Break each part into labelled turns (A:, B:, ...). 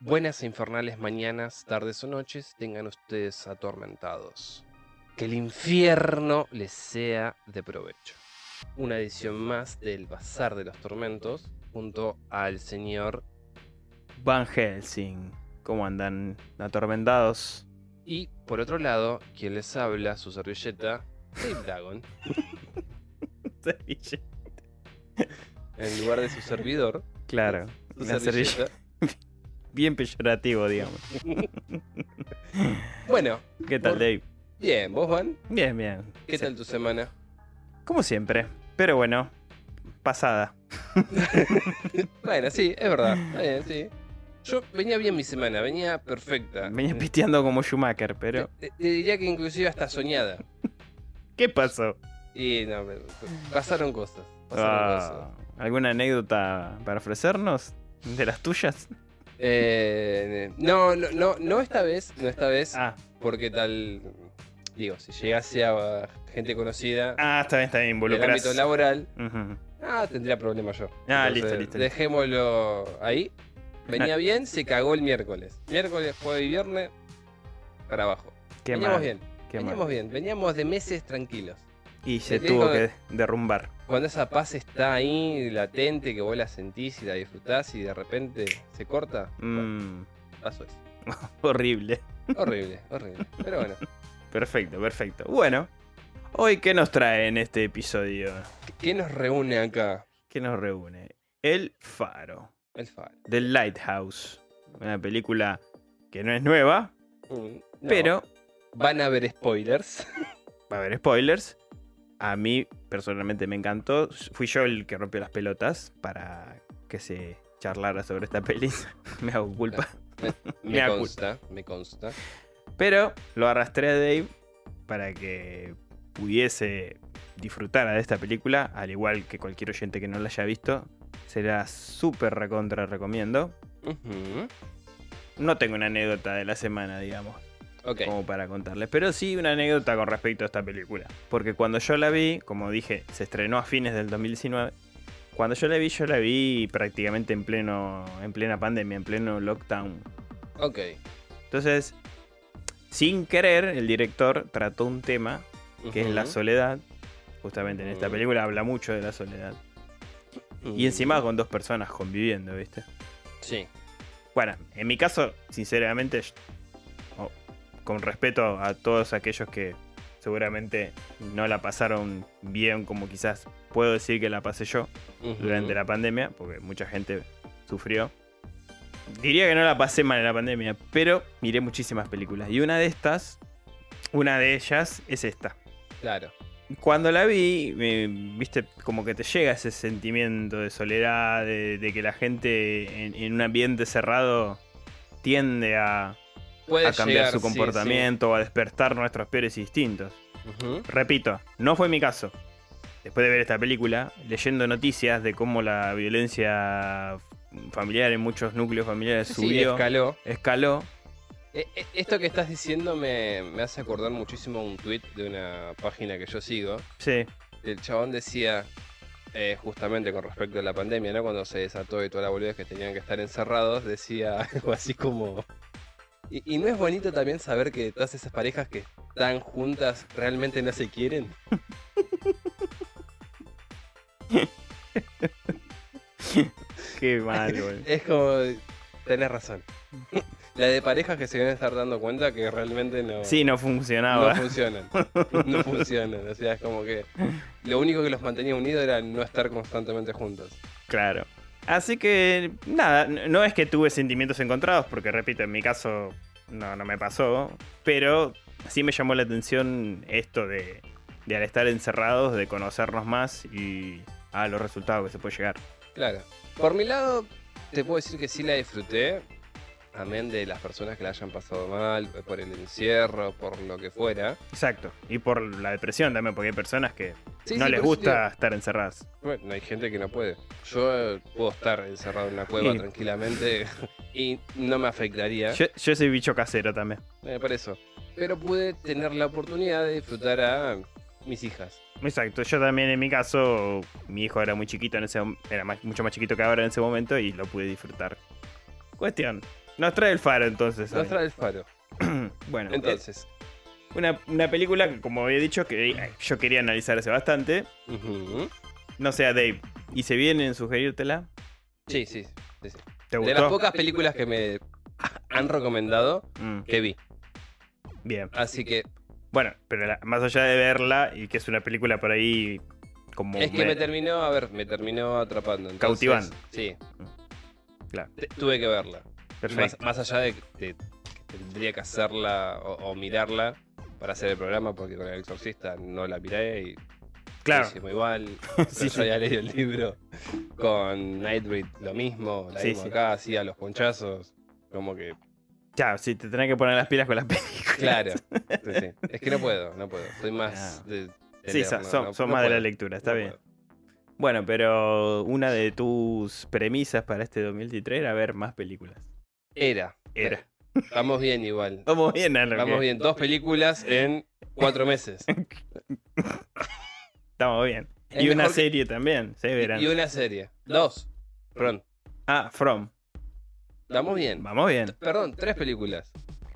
A: Buenas e infernales mañanas, tardes o noches tengan ustedes atormentados. Que el infierno les sea de provecho. Una edición más del Bazar de los Tormentos junto al señor
B: Van Helsing. ¿Cómo andan atormentados?
A: y por otro lado, quien les habla, su servilleta, Dave Dragon, en lugar de su servidor.
B: claro,
A: su
B: una servilleta. Bien peyorativo, digamos.
A: Bueno,
B: ¿Qué tal,
A: Por-
B: Dave?
A: bien, vos Juan,
B: Bien, bien.
A: ¿qué tal tu semana?
B: Como siempre. Pero bueno, pasada.
A: Bueno, sí, es verdad, está bien, sí. Yo venía bien mi semana, venía perfecta.
B: Venía pisteando como Schumacher, pero.
A: Te- te- te diría que inclusive hasta soñada.
B: ¿Qué pasó?
A: Y no, me- pasaron cosas. Pasaron
B: Ah,
A: cosas.
B: ¿Alguna anécdota para ofrecernos? ¿De las tuyas?
A: Eh, no, no, no, no esta vez, no esta vez,
B: Ah,
A: porque tal. Digo, si llegase a gente conocida
B: ah está bien, está bien,
A: del
B: involucrás.
A: ámbito laboral,
B: Ujú.
A: ah, tendría problema yo.
B: Ah, listo, listo, Ah. listo.
A: Dejémoslo ahí. Venía bien, se cagó el miércoles. Miércoles, jueves y viernes, para abajo.
B: Qué
A: veníamos
B: mal,
A: bien,
B: qué mal.
A: veníamos Eh, bien, veníamos de meses tranquilos.
B: Y se
A: Te
B: tuvo
A: digo-
B: que derrumbar.
A: Cuando esa paz está ahí, latente, que vos la sentís y la disfrutás y de repente se corta,
B: Mm,
A: Paso es.
B: horrible.
A: Horrible, horrible. Pero bueno.
B: Perfecto, perfecto. Bueno, hoy qué nos trae en este episodio
A: ¿Qué nos reúne acá?
B: que nos reúne el faro
A: El faro.
B: The Lighthouse, una película que no es nueva,
A: Mm, no.
B: pero
A: Van a haber spoilers.
B: va a haber spoilers. A mí personalmente me encantó, fui yo el que rompió las pelotas para que se charlara sobre esta peli. me hago culpa.
A: Me
B: Mea
A: consta, me consta.
B: Pero lo arrastré a Dave para que pudiese disfrutar de esta película, al igual que cualquier oyente que no la haya visto. Se la súper recontra recomiendo.
A: Ujú.
B: No tengo una anécdota de la semana, digamos,
A: Ok.
B: como para contarles, pero sí una anécdota con respecto a esta película. Porque cuando yo la vi, como dije, se estrenó a fines del 2019. Cuando yo la vi, yo la vi prácticamente en pleno en plena pandemia, en pleno lockdown.
A: Ok.
B: Entonces, sin querer, el director trató un tema que es la
A: Ujú.
B: soledad. Justamente en esta
A: Ujú.
B: película habla mucho de la soledad. Y
A: Mm,
B: encima con dos personas conviviendo, ¿viste?
A: Sí.
B: Bueno, en mi caso, sinceramente, yo- o- con respeto a todos aquellos que seguramente no la pasaron bien como quizás puedo decir que la pasé yo durante la pandemia, porque mucha gente sufrió. Diría que no la pasé mal en la pandemia, pero miré muchísimas películas. Y una de estas, una de ellas es esta.
A: Claro.
B: Cuando la vi, me- viste, como que te llega ese sentimiento de soledad, de, de que la gente en, en un ambiente cerrado tiende a, a
A: Puede
B: cambiar
A: llegar,
B: su
A: sí, sí.
B: comportamiento o a despertar nuestros peores instintos.
A: Ujú.
B: Repito, no fue mi caso. Después de ver esta película, leyendo noticias de cómo la violencia familiar en muchos núcleos familiares
A: Sí,
B: subió,
A: escaló.
B: escaló.
A: Eh, eh, esto que estás diciendo me, me hace acordar muchísimo un tweet de una página que yo sigo.
B: Sí,
A: el chabón decía, eh, justamente con respecto a la pandemia, ¿no? Cuando se desató y toda la boludez que tenían que estar encerrados, decía algo así como... Y, y no es bonito también saber que todas esas parejas que están juntas realmente no se quieren.
B: Qué mal, boludo.
A: Es como. Tenés razón. La de parejas que se van a estar dando cuenta que realmente no,
B: Sí, no
A: no
B: funcionaba.
A: funcionan. No funcionan. O sea, es como que. Lo único que los mantenía unidos era no estar constantemente juntos.
B: Claro. Así que, nada, n- no es que tuve sentimientos encontrados, porque repito, en mi caso no, no me pasó, pero sí me llamó la atención esto de, de al estar encerrados, de conocernos más y a los resultados que se puede llegar.
A: Claro. Por mi lado, te puedo decir que sí la disfruté. Amén de las personas que la hayan pasado mal, por el encierro, por lo que fuera.
B: Exacto. Y por la depresión también, porque hay personas que
A: Sí,
B: no
A: sí,
B: les
A: por eso te digo,
B: gusta estar encerradas.
A: Bueno, hay gente que no puede. Yo eh, puedo estar encerrado en una cueva
B: Sí.
A: tranquilamente y no me afectaría.
B: Yo, yo soy bicho casero también.
A: eh, por eso. Pero pude tener la oportunidad de disfrutar a mis hijas.
B: Exacto, yo también en mi caso, mi hijo era muy chiquito en ese mom- era más- mucho más chiquito que ahora en ese momento y lo pude disfrutar. Cuestión, nos trae el faro entonces. hoy.
A: Nos trae el faro.
B: bueno,
A: Entonces.
B: eh, una, una película que como había dicho que eh, yo quería analizar hace bastante,
A: ujú.
B: no sea Dave, y se viene en sugerírtela.
A: Sí, sí. sí, sí.
B: ¿Te
A: De las
B: gustó?
A: pocas películas que me han recomendado,
B: Mm,
A: que vi.
B: bien.
A: Así que
B: Bueno, pero la- más allá de verla y que es una película por ahí como
A: Es que
B: me-
A: me terminó, a ver, me terminó atrapando. entonces,
B: Cautivando.
A: Sí.
B: Claro.
A: Te- Tuve que verla. Más,
B: perfecta.
A: más allá de que te- que tendría que hacerla o, o mirarla para hacer el programa, porque con el exorcista no la miré y
B: Claro,
A: lo hicimos igual.
B: sí,
A: Yo
B: sí.
A: había leído el libro. Con Nightbreed lo mismo, la
B: Sí,
A: vimos
B: sí.
A: acá, así a los ponchazos. Como que,
B: Chao, sí, te tenés que poner las pilas con las películas.
A: claro. sí, sí. Es que no puedo, no puedo. Soy más
B: Ah.
A: de. de
B: Sí,
A: leer,
B: son,
A: no-
B: son-
A: no-
B: son
A: no
B: más de la
A: puedo,
B: lectura,
A: no
B: está bien.
A: puedo.
B: Bueno, pero una de tus premisas para este 2023 era ver más películas.
A: Era.
B: Era.
A: Vamos bien igual.
B: Vamos bien, a lo
A: Vamos
B: que-
A: bien, dos películas en cuatro meses.
B: Estamos bien.
A: Es
B: y una
A: mejor que-
B: serie también, se verán.
A: Y una serie. Dos. Perdón.
B: Ah, From.
A: Vamos bien.
B: Vamos bien.
A: Perdón, tres películas.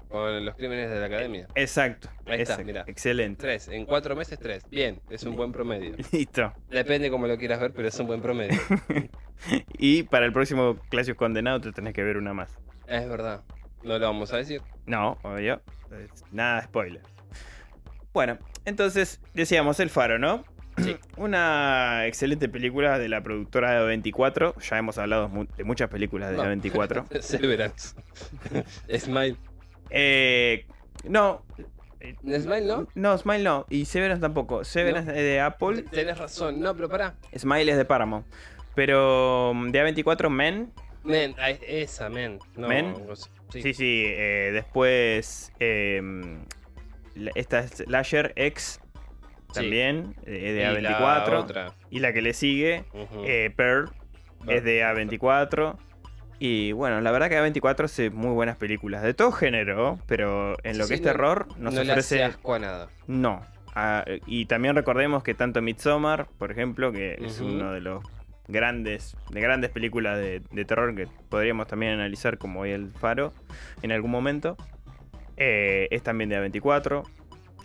A: Con los crímenes de la academia.
B: Exacto.
A: Ahí está,
B: exacto.
A: mirá.
B: Excelente.
A: Tres. En cuatro meses, tres. Bien, es un buen promedio.
B: Listo.
A: Depende como lo quieras ver, pero es un buen promedio.
B: Y para el próximo Clasios Condenado te tenés que ver una más.
A: Es verdad. No lo vamos a decir.
B: No, obvio. Entonces, Nada de spoilers. Bueno, entonces decíamos El Faro, ¿no?
A: Sí.
B: Una excelente película de la productora de 24. Ya hemos hablado mu- de muchas películas de
A: No.
B: 24.
A: Severance. Smile.
B: Eh, no,
A: Smile, ¿no?
B: no, Smile no. Y Severance tampoco. Severance es de Apple,
A: Tenés razón. No, pero pará.
B: Smile es de Paramount. Pero mm, de A24 Men.
A: Men, a- esa, men. No,
B: Men.
A: Sí.
B: Sí, sí. eh, después eh, la- esta es Lasher X también, eh, de
A: Y la
B: A24.
A: otra.
B: y la que le sigue,
A: Ujú.
B: eh, Pearl, es de A24. Y bueno, la verdad que A24 hace muy buenas películas de todo género, pero en lo
A: Sí,
B: que es
A: no-
B: terror nos
A: no le hace
B: ofrece
A: asco a nada.
B: No. Ah, y también recordemos que tanto Midsommar, por ejemplo, que es
A: Ujú.
B: uno de los grandes, de grandes películas de, de terror que podríamos también analizar como hoy el faro en algún momento. eh, es también de A24.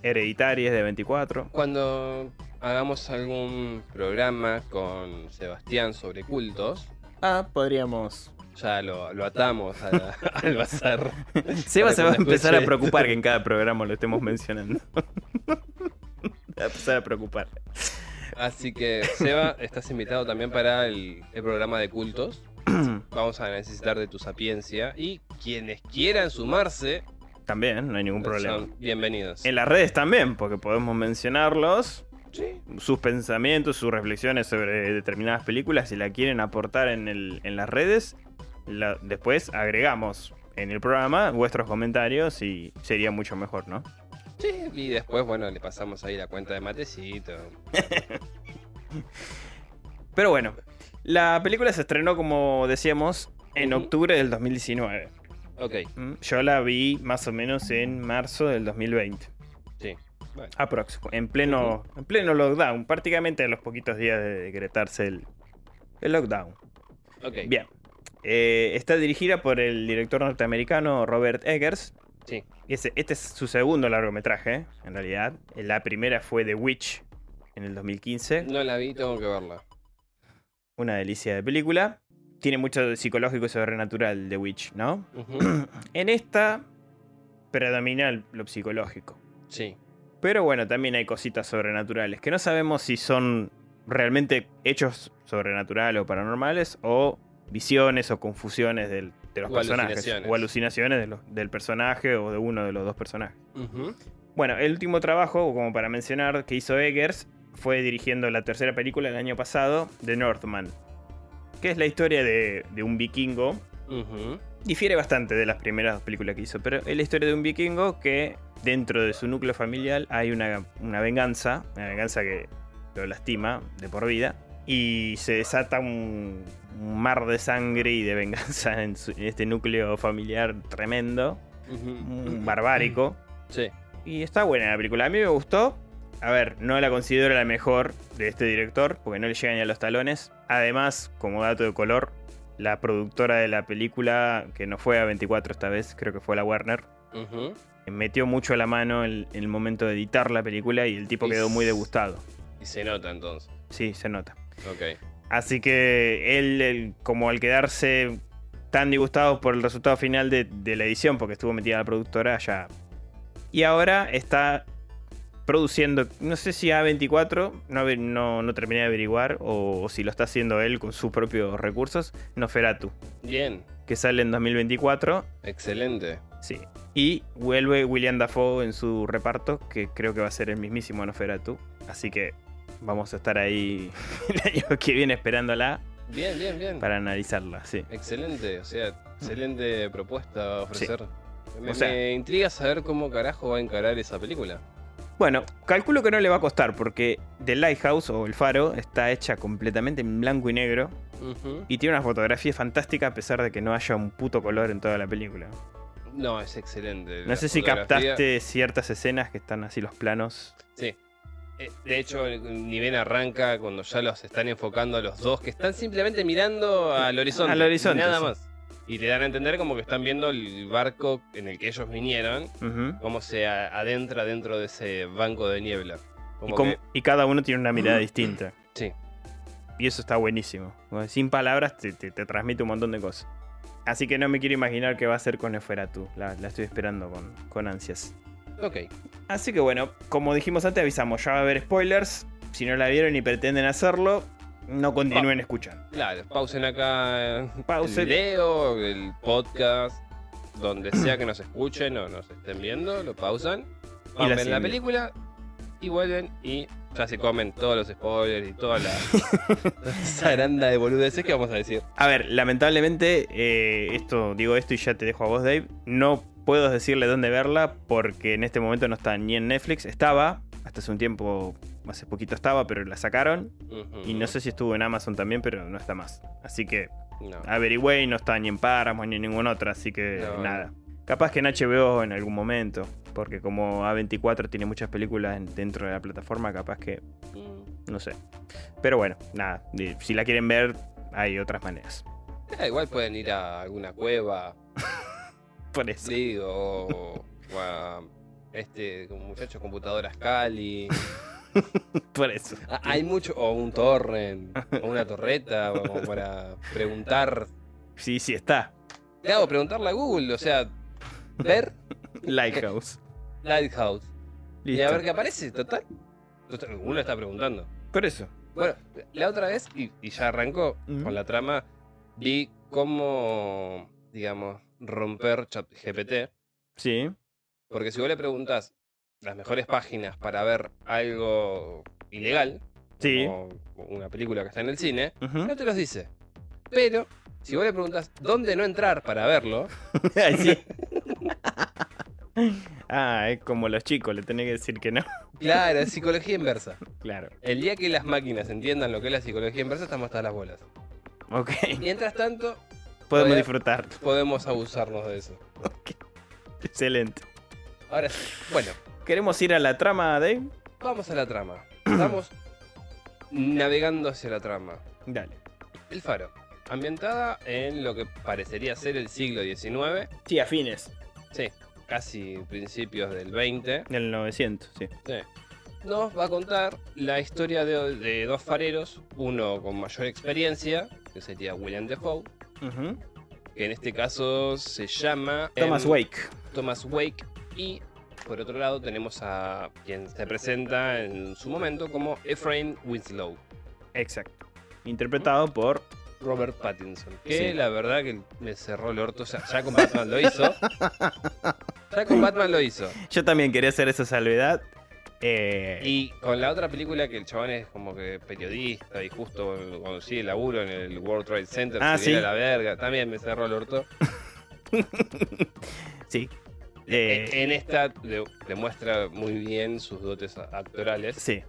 B: Hereditary es de A24.
A: Cuando hagamos algún programa con Sebastián sobre cultos,
B: Ah, podríamos.
A: ya lo, lo atamos a la- al bazar.
B: Seba se va a
A: Cuando
B: empezar a
A: escuche
B: preocupar
A: esto.
B: que en cada programa lo estemos mencionando. va a empezar a preocupar.
A: Así que, Seba, estás invitado también para el, el programa de cultos. Vamos a necesitar de tu sapiencia y quienes quieran sumarse
B: también, no hay ningún problema.
A: son bienvenidos.
B: En las redes también, porque podemos mencionarlos.
A: Sí.
B: sus pensamientos, sus reflexiones sobre determinadas películas, si la quieren aportar en, el- en las redes, la- después agregamos en el programa vuestros comentarios y sería mucho mejor, ¿no?
A: Sí, y después, bueno, le pasamos ahí la cuenta de matecito.
B: Pero bueno, la película se estrenó, como decíamos, en
A: Ujú.
B: octubre del 2019.
A: Ok,
B: ¿Mm? Yo la vi más o menos en marzo del 2020.
A: sí. Bueno,
B: Aprox, en pleno, en pleno lockdown, prácticamente a los poquitos días de decretarse el- el lockdown.
A: ok.
B: Bien. Eh, está dirigida por el director norteamericano Robert Eggers.
A: Sí.
B: Ese- este es su segundo largometraje, ¿eh? en realidad. La primera fue The Witch en el 2015.
A: No la vi, tengo que verla.
B: Una delicia de película. tiene mucho de psicológico y sobrenatural de Witch, ¿no?
A: Ujú.
B: En esta predomina lo psicológico.
A: Sí.
B: Pero bueno, también hay cositas sobrenaturales que no sabemos si son realmente hechos sobrenaturales o paranormales o visiones o confusiones del- de los
A: O
B: personajes
A: alucinaciones.
B: o alucinaciones de los- del personaje o de uno de los dos personajes.
A: Ujú.
B: Bueno, el último trabajo, como para mencionar, que hizo Eggers fue dirigiendo la tercera película del año pasado, The Northman, que es la historia de, de un vikingo.
A: Ujú.
B: Difiere bastante de las primeras dos películas que hizo, pero es la historia de un vikingo que dentro de su núcleo familiar hay una, una venganza, una venganza que lo lastima de por vida, y se desata un, un mar de sangre y de venganza en, su- en este núcleo familiar tremendo, Mm.
A: Ujú.
B: barbárico.
A: Sí.
B: Y está buena la película. A mí me gustó. A ver, no la considero la mejor de este director, porque no le llega ni a los talones. Además, como dato de color, la productora de la película, que no fue a 24 esta vez, creo que fue la Warner,
A: Ujú.
B: metió mucho la mano en, en el momento de editar la película y el tipo
A: Y
B: quedó muy
A: s-
B: degustado.
A: Y se nota entonces.
B: Sí, se nota.
A: Ok.
B: Así que él, él, como al quedarse tan disgustado por el resultado final de, de la edición, porque estuvo metida la productora, ya. Y ahora está produciendo, no sé si A24, no, ave- no, no terminé de averiguar, o, o si lo está haciendo él con sus propios recursos, Noferatu,
A: Bien.
B: que sale en 2024.
A: Excelente.
B: Sí. Y vuelve William Dafoe en su reparto, que creo que va a ser el mismísimo Noferatu. Así que vamos a estar ahí el año que viene esperándola
A: Bien, bien, bien.
B: para analizarla, sí.
A: Excelente, o sea, excelente propuesta a ofrecer. Me,
B: O sea-
A: me intriga saber cómo carajo va a encarar esa película.
B: Bueno, calculo que no le va a costar porque The Lighthouse o El Faro está hecha completamente en blanco y negro
A: Ujú.
B: y tiene una fotografía fantástica a pesar de que no haya un puto color en toda la película.
A: No, es excelente.
B: No
A: la
B: sé si
A: fotografía-
B: captaste ciertas escenas que están así los planos.
A: Sí. Eh, De hecho, el- ni bien arranca cuando ya los están enfocando a los dos que están simplemente mirando al horizonte.
B: Al horizonte,
A: Nada
B: sí.
A: más. Y te dan a entender como que están viendo el barco en el que ellos vinieron,
B: Ujú.
A: cómo se a- adentra dentro de ese banco de niebla.
B: Y,
A: Como
B: como-
A: que-
B: y cada uno tiene una mirada distinta.
A: Sí.
B: Y eso está buenísimo. Bueno, Sin palabras te, te- te transmite un montón de cosas. Así que no me quiero imaginar qué va a hacer con Eferatu. La, la estoy esperando con, con ansias.
A: Ok.
B: Así que bueno, como dijimos antes, avisamos, ya va a haber spoilers. Si no la vieron y pretenden hacerlo, no continúen escuchando.
A: Claro, pausen acá eh,
B: Pausen.
A: el video, el podcast, donde sea que nos escuchen o nos estén viendo, lo pausan,
B: Y
A: van,
B: la
A: ven la
B: siguen.
A: película y vuelven y ya se comen todos los spoilers y toda la zaranda de boludeces que vamos a decir.
B: A ver, lamentablemente, eh, esto digo esto y ya te dejo a vos, Dave. No puedo decirle dónde verla porque en este momento no está ni en Netflix. Estaba, hasta hace un tiempo, hace poquito estaba, pero la sacaron. Y no sé si estuvo en Amazon también, pero no está más. Así que
A: No.
B: averigüé y no está ni en Paramount ni en ninguna otra, así que
A: No,
B: nada. Capaz que en HBO en algún momento, porque como A24 tiene muchas películas en- dentro de la plataforma, capaz que,
A: Mm.
B: no sé. Pero bueno, nada, de- si la quieren ver, hay otras maneras.
A: Ah, igual pueden ir a alguna cueva,
B: Por eso.
A: digo, o, o a este como muchacho computadoras Cali.
B: Por eso.
A: Ah, Hay mucho, o un torrent, o una torreta, como para preguntar
B: Sí, sí, está.
A: Claro, preguntarle a Google, o sea, ver
B: Lighthouse.
A: Lighthouse. Y
B: Listo.
A: a ver qué aparece, total. Total, Uno está preguntando.
B: Por eso.
A: Bueno, la otra vez, y, y ya arrancó
B: Ujú.
A: con la trama, vi cómo, digamos, romper ChatGPT.
B: Sí.
A: Porque si vos le preguntás las mejores páginas para ver algo ilegal,
B: Sí.
A: como una película que está en el cine,
B: Ujú.
A: no te los dice. Pero, si vos le preguntás dónde no entrar para verlo,
B: Ay, sí. ah, es como los chicos, le tenés que decir que no.
A: claro, es psicología inversa.
B: Claro.
A: El día que las máquinas entiendan lo que es la psicología inversa, estamos hasta las bolas.
B: Ok.
A: Mientras tanto,
B: Podemos
A: Podría-
B: disfrutar.
A: podemos abusarnos de eso.
B: Excelente.
A: Ahora sí, bueno,
B: ¿Queremos ir a la trama, Dave?
A: vamos a la trama. Estamos navegando hacia la trama.
B: Dale.
A: El faro, ambientada en lo que parecería ser el siglo XIX,
B: Sí, a fines.
A: sí, casi principios del XX,
B: Del 900, sí.
A: sí, nos va a contar la historia de, de dos fareros, uno con mayor experiencia que sería William Defoe,
B: Ujú.
A: que en este caso se llama
B: Thomas
A: em,
B: Wake.
A: Thomas Wake y por otro lado tenemos a quien se presenta en su momento como Efrain Winslow,
B: Exacto. Interpretado por.
A: Robert Pattinson, que
B: Sí.
A: la verdad que me cerró el orto, o sea, ya con Batman lo hizo. Ya con Batman lo hizo.
B: Yo también quería hacer esa salvedad. Eh,
A: Y con la otra película que el chabón es como que periodista y justo cuando sigue el laburo en el World Trade Center
B: Ah,
A: se viene
B: sí.
A: a la verga, también me cerró el orto.
B: Sí. Eh,
A: En esta le- demuestra muy bien sus dotes a- actorales.
B: Sí.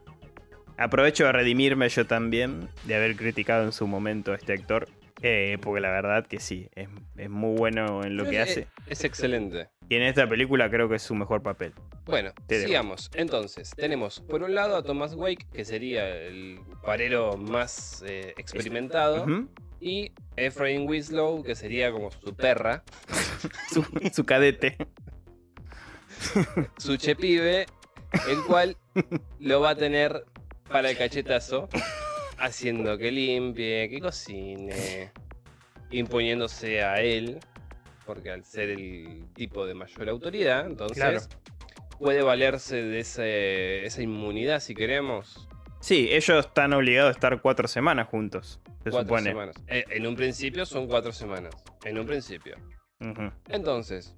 B: Aprovecho a redimirme yo también de haber criticado en su momento a este actor. eh, porque la verdad que sí, es, es muy bueno en lo que
A: Es-
B: hace.
A: Es excelente.
B: Y en esta película creo que es su mejor papel.
A: Bueno,
B: Te dejo.
A: sigamos. Entonces, tenemos por un lado a Thomas Wake, que sería el parero más eh, experimentado,
B: Ujú.
A: y Efrain Winslow, que sería como su perra,
B: su, su cadete.
A: su chepibe, el cual lo va a tener para el cachetazo, haciendo que limpie, que cocine, imponiéndose a él, porque al ser el tipo de mayor autoridad, entonces
B: Claro.
A: puede valerse de ese- esa inmunidad si queremos.
B: Sí, ellos están obligados a estar cuatro semanas juntos, se
A: cuatro
B: supone.
A: semanas. Eh, en un principio son cuatro semanas. En un principio.
B: Ujú.
A: Entonces,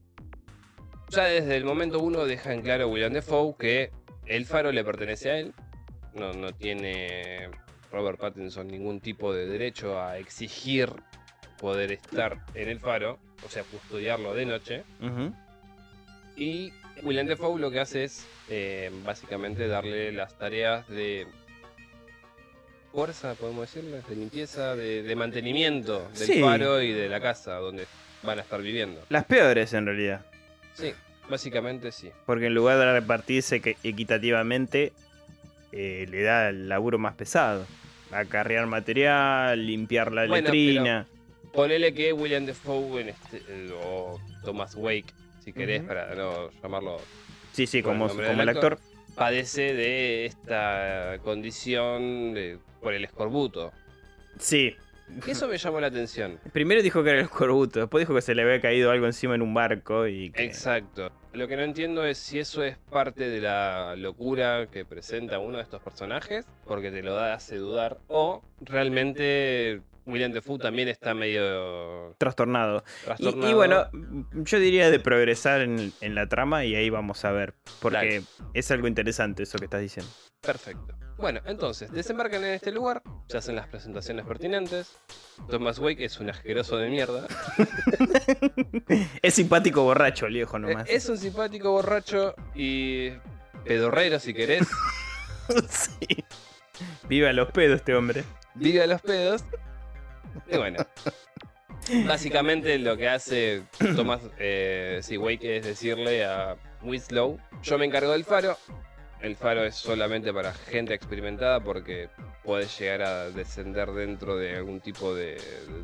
A: ya desde el momento uno deja en claro William Defoe que el faro le pertenece a él. No, no tiene Robert Pattinson ningún tipo de derecho a exigir poder estar en el faro, o sea, custodiarlo de noche.
B: Ujú.
A: Y William Defoe lo que hace es eh, básicamente darle las tareas de fuerza, podemos decirle, de limpieza, de, de mantenimiento del
B: Sí.
A: faro y de la casa donde van a estar viviendo.
B: Las peores en realidad.
A: Sí, básicamente sí.
B: Porque en lugar de repartirse que- equitativamente, eh, le da el laburo más pesado. Acarrear material, limpiar la
A: Bueno,
B: letrina.
A: Ponele que William Defoe en este- eh, o Thomas Wake, si querés,
B: Ujú.
A: para no llamarlo,
B: Sí, sí,
A: Por el
B: como,
A: nombre
B: como
A: del
B: el actor.
A: padece de esta condición de- por el escorbuto.
B: Sí.
A: Que Eso me llamó la atención.
B: Primero dijo que era el corbuto, después dijo que se le había caído algo encima en un barco y que...
A: Exacto. Lo que no entiendo es si eso es parte de la locura que presenta uno de estos personajes, porque te lo da, hace dudar, o realmente William Defoe también está medio
B: Trastornado. Y,
A: trastornado.
B: y bueno, yo diría de progresar en, en la trama y ahí vamos a ver. Porque es algo interesante eso que estás diciendo.
A: Perfecto. Bueno, entonces, desembarcan en este lugar, se hacen las presentaciones pertinentes. Thomas Wake es un asqueroso de mierda.
B: es simpático borracho el viejo nomás.
A: Eh, Es un simpático borracho y pedorrero si querés.
B: sí. Viva los pedos este hombre.
A: Vive a los pedos. Y bueno. Básicamente lo que hace Thomas eh, sí, Wake es decirle a Winslow, yo me encargo del faro. El faro es solamente para gente experimentada porque puedes llegar a descender dentro de algún tipo de-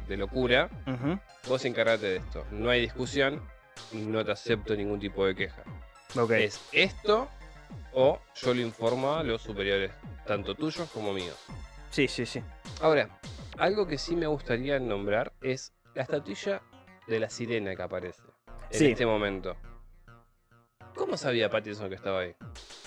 A: de locura.
B: Ujú.
A: Vos encargate de esto. No hay discusión. No te acepto ningún tipo de queja.
B: Ok.
A: Es esto o yo lo informo a los superiores, tanto tuyos como míos.
B: Sí, sí, sí.
A: Ahora, algo que sí me gustaría nombrar es la estatuilla de la sirena que aparece en
B: Sí.
A: este momento. ¿Cómo sabía Pattinson que estaba ahí?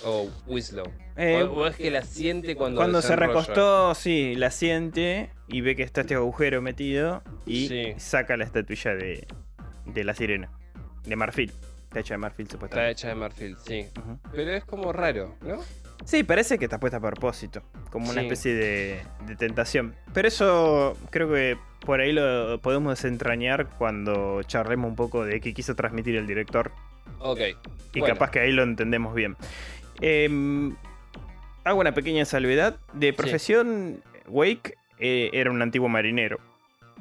A: O Winslow.
B: Eh,
A: o, o es que la siente cuando,
B: Cuando se
A: desenrolla?
B: recostó, sí, la siente y ve que está este agujero metido y
A: Sí.
B: saca la estatuilla de, de la sirena. De marfil. Está hecha de marfil,
A: Está
B: supuestamente.
A: hecha de marfil, sí.
B: Ujú.
A: Pero es como raro, ¿no?
B: Sí, parece que está puesta a propósito. Como una
A: Sí.
B: especie de, de tentación. Pero eso creo que por ahí lo podemos desentrañar cuando charlemos un poco de qué quiso transmitir el director.
A: Ok.
B: Y
A: bueno,
B: capaz que ahí lo entendemos bien. Eh, hago una pequeña salvedad. De profesión, Wake eh, era un antiguo marinero.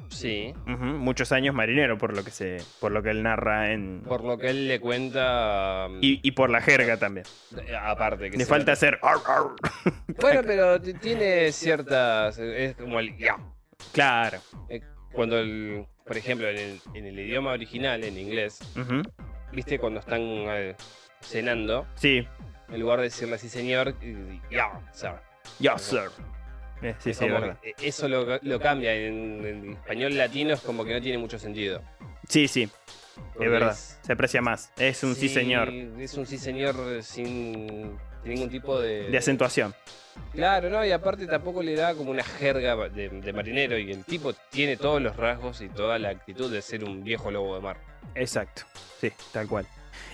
A: Sí.
B: Ujú, Muchos años marinero, por lo que se. por lo que él narra en.
A: Por lo que él le cuenta. um,
B: Y, y por la jerga también.
A: eh, aparte. Que
B: Le
A: se nota.
B: falta hacer. "Ar, ar".
A: Bueno, pero t- tiene ciertas. Es como el. ya.
B: Claro.
A: Cuando el. Por ejemplo, en el, en el idioma original, en inglés,
B: Ujú.
A: ¿viste? Cuando están eh, cenando,
B: Sí.
A: en lugar de decirle así, señor, y- y- ya, sir.
B: Yes, sir. Eh, sí,
A: Es
B: sí, es
A: como
B: verdad.
A: que eso lo, lo cambia. En, en español latino es como que no tiene mucho sentido.
B: Sí, sí,
A: Porque
B: es verdad. Se aprecia más. Es un sí, señor.
A: Es un sí señor sin ningún tipo de.
B: De acentuación.
A: Claro, no, y aparte tampoco le da como una jerga de, de marinero. Y el tipo tiene todos los rasgos y toda la actitud de ser un viejo lobo de mar.
B: Exacto. Sí, tal cual.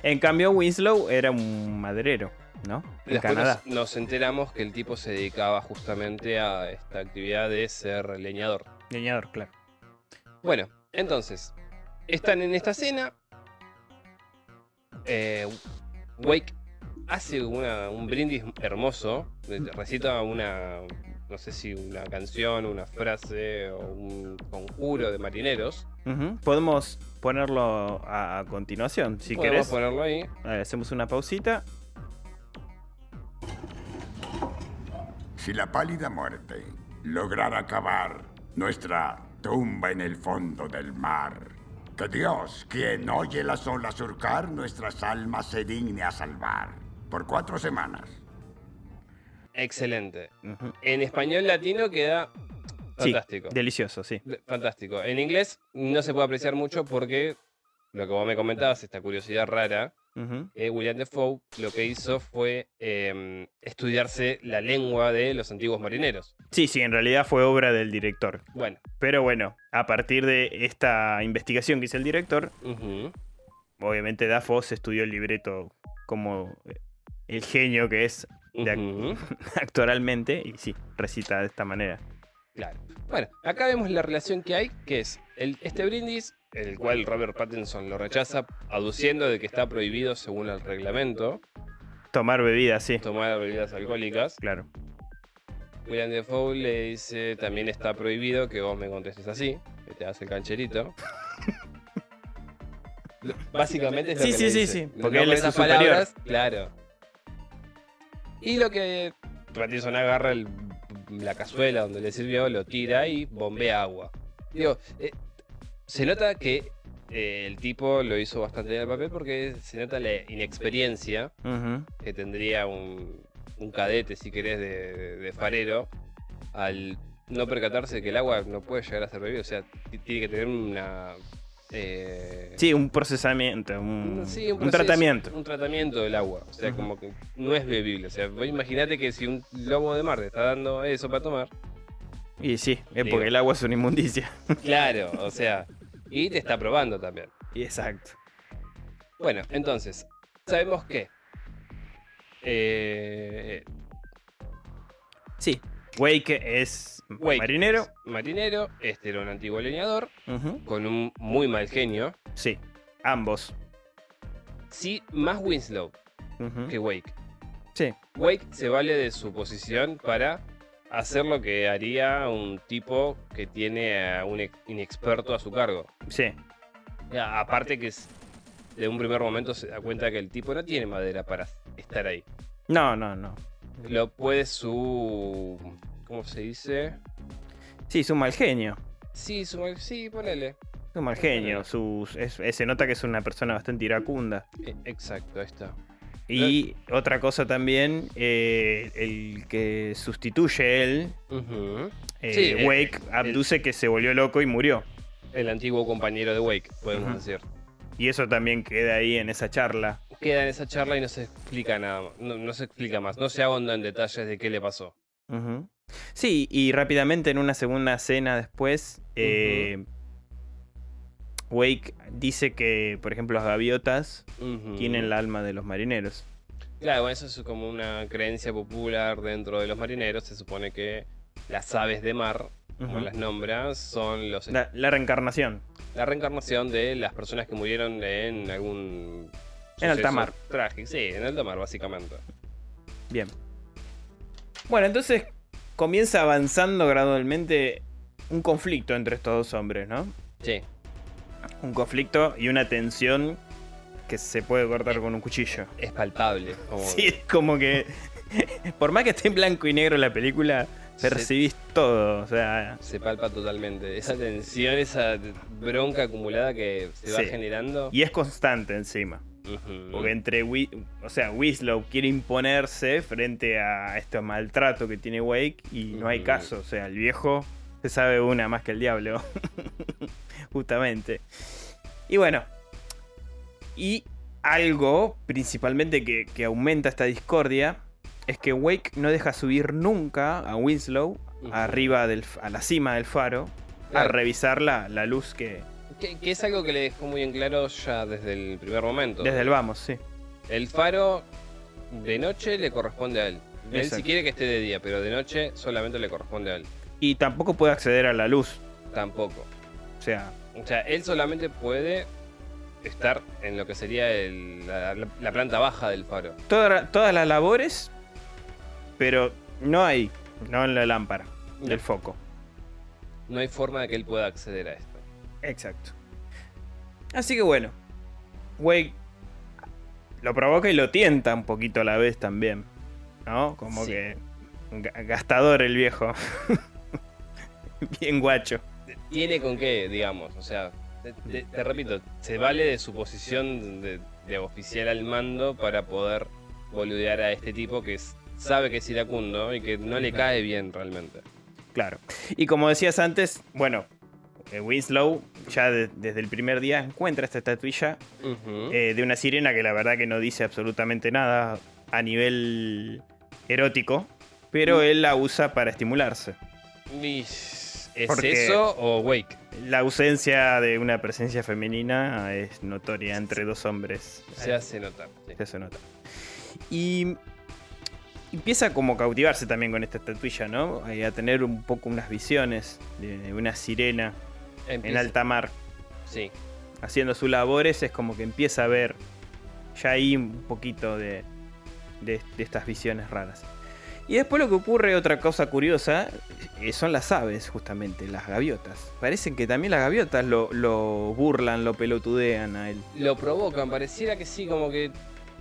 B: En cambio, Winslow era un maderero, ¿no?
A: Después
B: En
A: nos-
B: Canadá.
A: Nos, enteramos que el tipo se dedicaba justamente a esta actividad de ser leñador.
B: Leñador, claro.
A: Bueno, entonces, están en esta cena. Eh, Wake hace una- un brindis hermoso. eh, Recita una, no sé si una canción, una frase o un conjuro de marineros.
B: Ujú. Podemos ponerlo a, a continuación, si
A: Podemos
B: querés.
A: ponerlo ahí.
B: Dale, hacemos una pausita.
C: Si la pálida muerte lograra acabar nuestra tumba en el fondo del mar, que Dios, quien oye las olas surcar, nuestras almas se digne a salvar por cuatro semanas.
A: Excelente.
B: Ujú.
A: En español latino queda
B: Sí,
A: fantástico.
B: delicioso, sí.
A: De- Fantástico. En inglés no se puede apreciar mucho porque lo que vos me comentabas, esta curiosidad rara,
B: Ujú.
A: eh, William Defoe lo que hizo fue em, estudiarse la lengua de los antiguos marineros.
B: Sí, sí, en realidad fue obra del director.
A: Bueno,
B: Pero bueno, a partir de esta investigación que hizo el director,
A: ujú,
B: obviamente Dafoe se estudió el libreto como eh, el genio que es De ac-
A: ujú,
B: actualmente y sí, recita de esta manera.
A: claro. Bueno, acá vemos la relación que hay, que es el, este brindis, el cual Robert Pattinson lo rechaza, aduciendo de que está prohibido según el reglamento
B: Tomar bebida, sí.
A: tomar bebidas alcohólicas.
B: Claro.
A: William Defoe le dice, también está prohibido que vos me contestes así, que te hace el cancherito. Lo- Básicamente es lo
B: Sí,
A: que
B: sí,
A: le
B: sí,
A: dice.
B: sí,
A: No
B: porque
A: con
B: él es
A: esas
B: su superior.
A: claro. Y lo que Pattinson agarra el- la cazuela donde le sirvió, lo tira y bombea agua. Digo, eh, se nota que eh, el tipo lo hizo bastante bien el papel porque se nota la inexperiencia
B: Ujú.
A: que eh, tendría un, un cadete, si querés, de, de- de farero, al no percatarse que el agua no puede llegar a ser bebida. O sea, ti- tiene que tener una. eh,
B: Sí, un procesamiento, un,
A: un- sí,
B: un
A: proceso,
B: tratamiento.
A: Un tratamiento del agua. O sea,
B: Ujú.
A: como que no es bebible. O sea, vos imaginate que si un lobo de mar te está dando eso para tomar.
B: Y sí, es
A: Digo.
B: porque el agua es una inmundicia.
A: Claro, o sea. Y te está probando también.
B: Exacto.
A: Bueno, entonces, sabemos que. eh,
B: Sí. Wake es
A: Wake
B: marinero.
A: es Marinero, este era un antiguo leñador.
B: Ujú.
A: con un muy mal genio.
B: Sí. Ambos.
A: Sí, más Winslow
B: Ujú.
A: que Wake.
B: Sí.
A: Wake se vale de su posición para hacer lo que haría un tipo que tiene a un ex- inexperto a su cargo.
B: Sí.
A: A- Aparte que es- de un primer momento se da cuenta que el tipo no tiene madera para estar ahí.
B: No, no, no.
A: Lo puede su... ¿Cómo se dice?
B: Sí, su mal genio.
A: Sí, su... Sí, ponele.
B: Su mal genio. Sus, es- es- se nota que es una persona bastante iracunda.
A: Eh, Exacto, ahí está. Eh.
B: Y otra cosa también, eh, el que sustituye él,
A: Ujú.
B: eh,
A: Sí, eh,
B: Wake, abduce que se volvió loco y murió.
A: El antiguo compañero de Wake, podemos
B: Ujú.
A: decir.
B: Y eso también queda ahí en esa charla.
A: queda en esa charla y no se explica nada más. No, no se explica más. No se ahonda en detalles de qué le pasó.
B: Ujú. Sí, y rápidamente en una segunda cena después, eh, Wake dice que, por ejemplo, las gaviotas
A: Ujú.
B: tienen el alma de los marineros.
A: Claro, bueno, eso es como una creencia popular dentro de los marineros. Se supone que las aves de mar, como
B: Ujú.
A: las nombras, son los
B: la, la reencarnación.
A: la reencarnación de las personas que murieron en algún
B: En alta
A: suceso
B: mar.
A: trágico. Sí, en alta mar, básicamente.
B: Bien. Bueno, entonces comienza avanzando gradualmente un conflicto entre estos dos hombres, ¿no?
A: Sí.
B: Un conflicto y una tensión que se puede cortar con un cuchillo.
A: Es palpable. como-
B: Sí, es como que. Por más que esté en blanco y negro la película,
A: Se-
B: percibís todo. O sea,
A: Se palpa totalmente. Esa tensión, esa bronca acumulada que se va
B: Sí.
A: generando.
B: y es constante encima.
A: Ujú. Ujú.
B: Porque entre Wi- o sea, Winslow quiere imponerse frente a este maltrato que tiene Wake y no hay
A: Ujú.
B: caso. O sea, el viejo se sabe una más que el diablo. Justamente. Y bueno. Y algo principalmente que, que aumenta esta discordia es que Wake no deja subir nunca a Winslow
A: Ujú.
B: arriba del, f- a la cima del faro a
A: Claro.
B: revisar la, la luz que...
A: Que, que es algo que le dejó muy en claro ya desde el primer momento.
B: Desde el vamos, sí.
A: El faro de noche le corresponde a él. Él si
B: Exacto.
A: quiere que esté de día, pero de noche solamente le corresponde a él.
B: Y tampoco puede acceder a la luz.
A: Tampoco.
B: O sea,
A: O sea, él solamente puede estar en lo que sería el- la, la- la planta baja del faro.
B: toda- todas las labores, pero no ahí, no en la lámpara, del foco.
A: No hay forma de que él pueda acceder a esto.
B: Exacto. Así que bueno, Wake lo provoca y lo tienta un poquito a la vez también. ¿No? Como
A: Sí.
B: que ga- gastador el viejo. Bien guacho.
A: Tiene con qué, digamos. O sea, te, te- te repito, se vale de su posición de, de oficial al mando para poder boludear a este tipo que es- sabe que es iracundo y que no le cae bien realmente.
B: Claro. Y como decías antes, bueno, eh, Winslow ya de- desde el primer día encuentra esta estatuilla
A: Ujú.
B: eh, de una sirena que la verdad que no dice absolutamente nada a nivel erótico,
A: ¿Mm?
B: pero él la usa para estimularse.
A: Y- ¿Es
B: Porque-
A: eso o Wake?
B: La ausencia de una presencia femenina es notoria entre dos hombres.
A: Se hace notar. sí.
B: Se hace nota. Y empieza como a cautivarse también con esta estatuilla, ¿no? Eh, A tener un poco unas visiones de de una sirena en
A: Empieza-
B: alta mar.
A: Sí.
B: haciendo sus labores, es como que empieza a ver ya ahí un poquito de, de- de estas visiones raras. Y después lo que ocurre, otra cosa curiosa, eh, son las aves, justamente, las gaviotas. Parecen que también las gaviotas lo, lo burlan, lo pelotudean a él.
A: Lo provocan, pareciera que sí, como que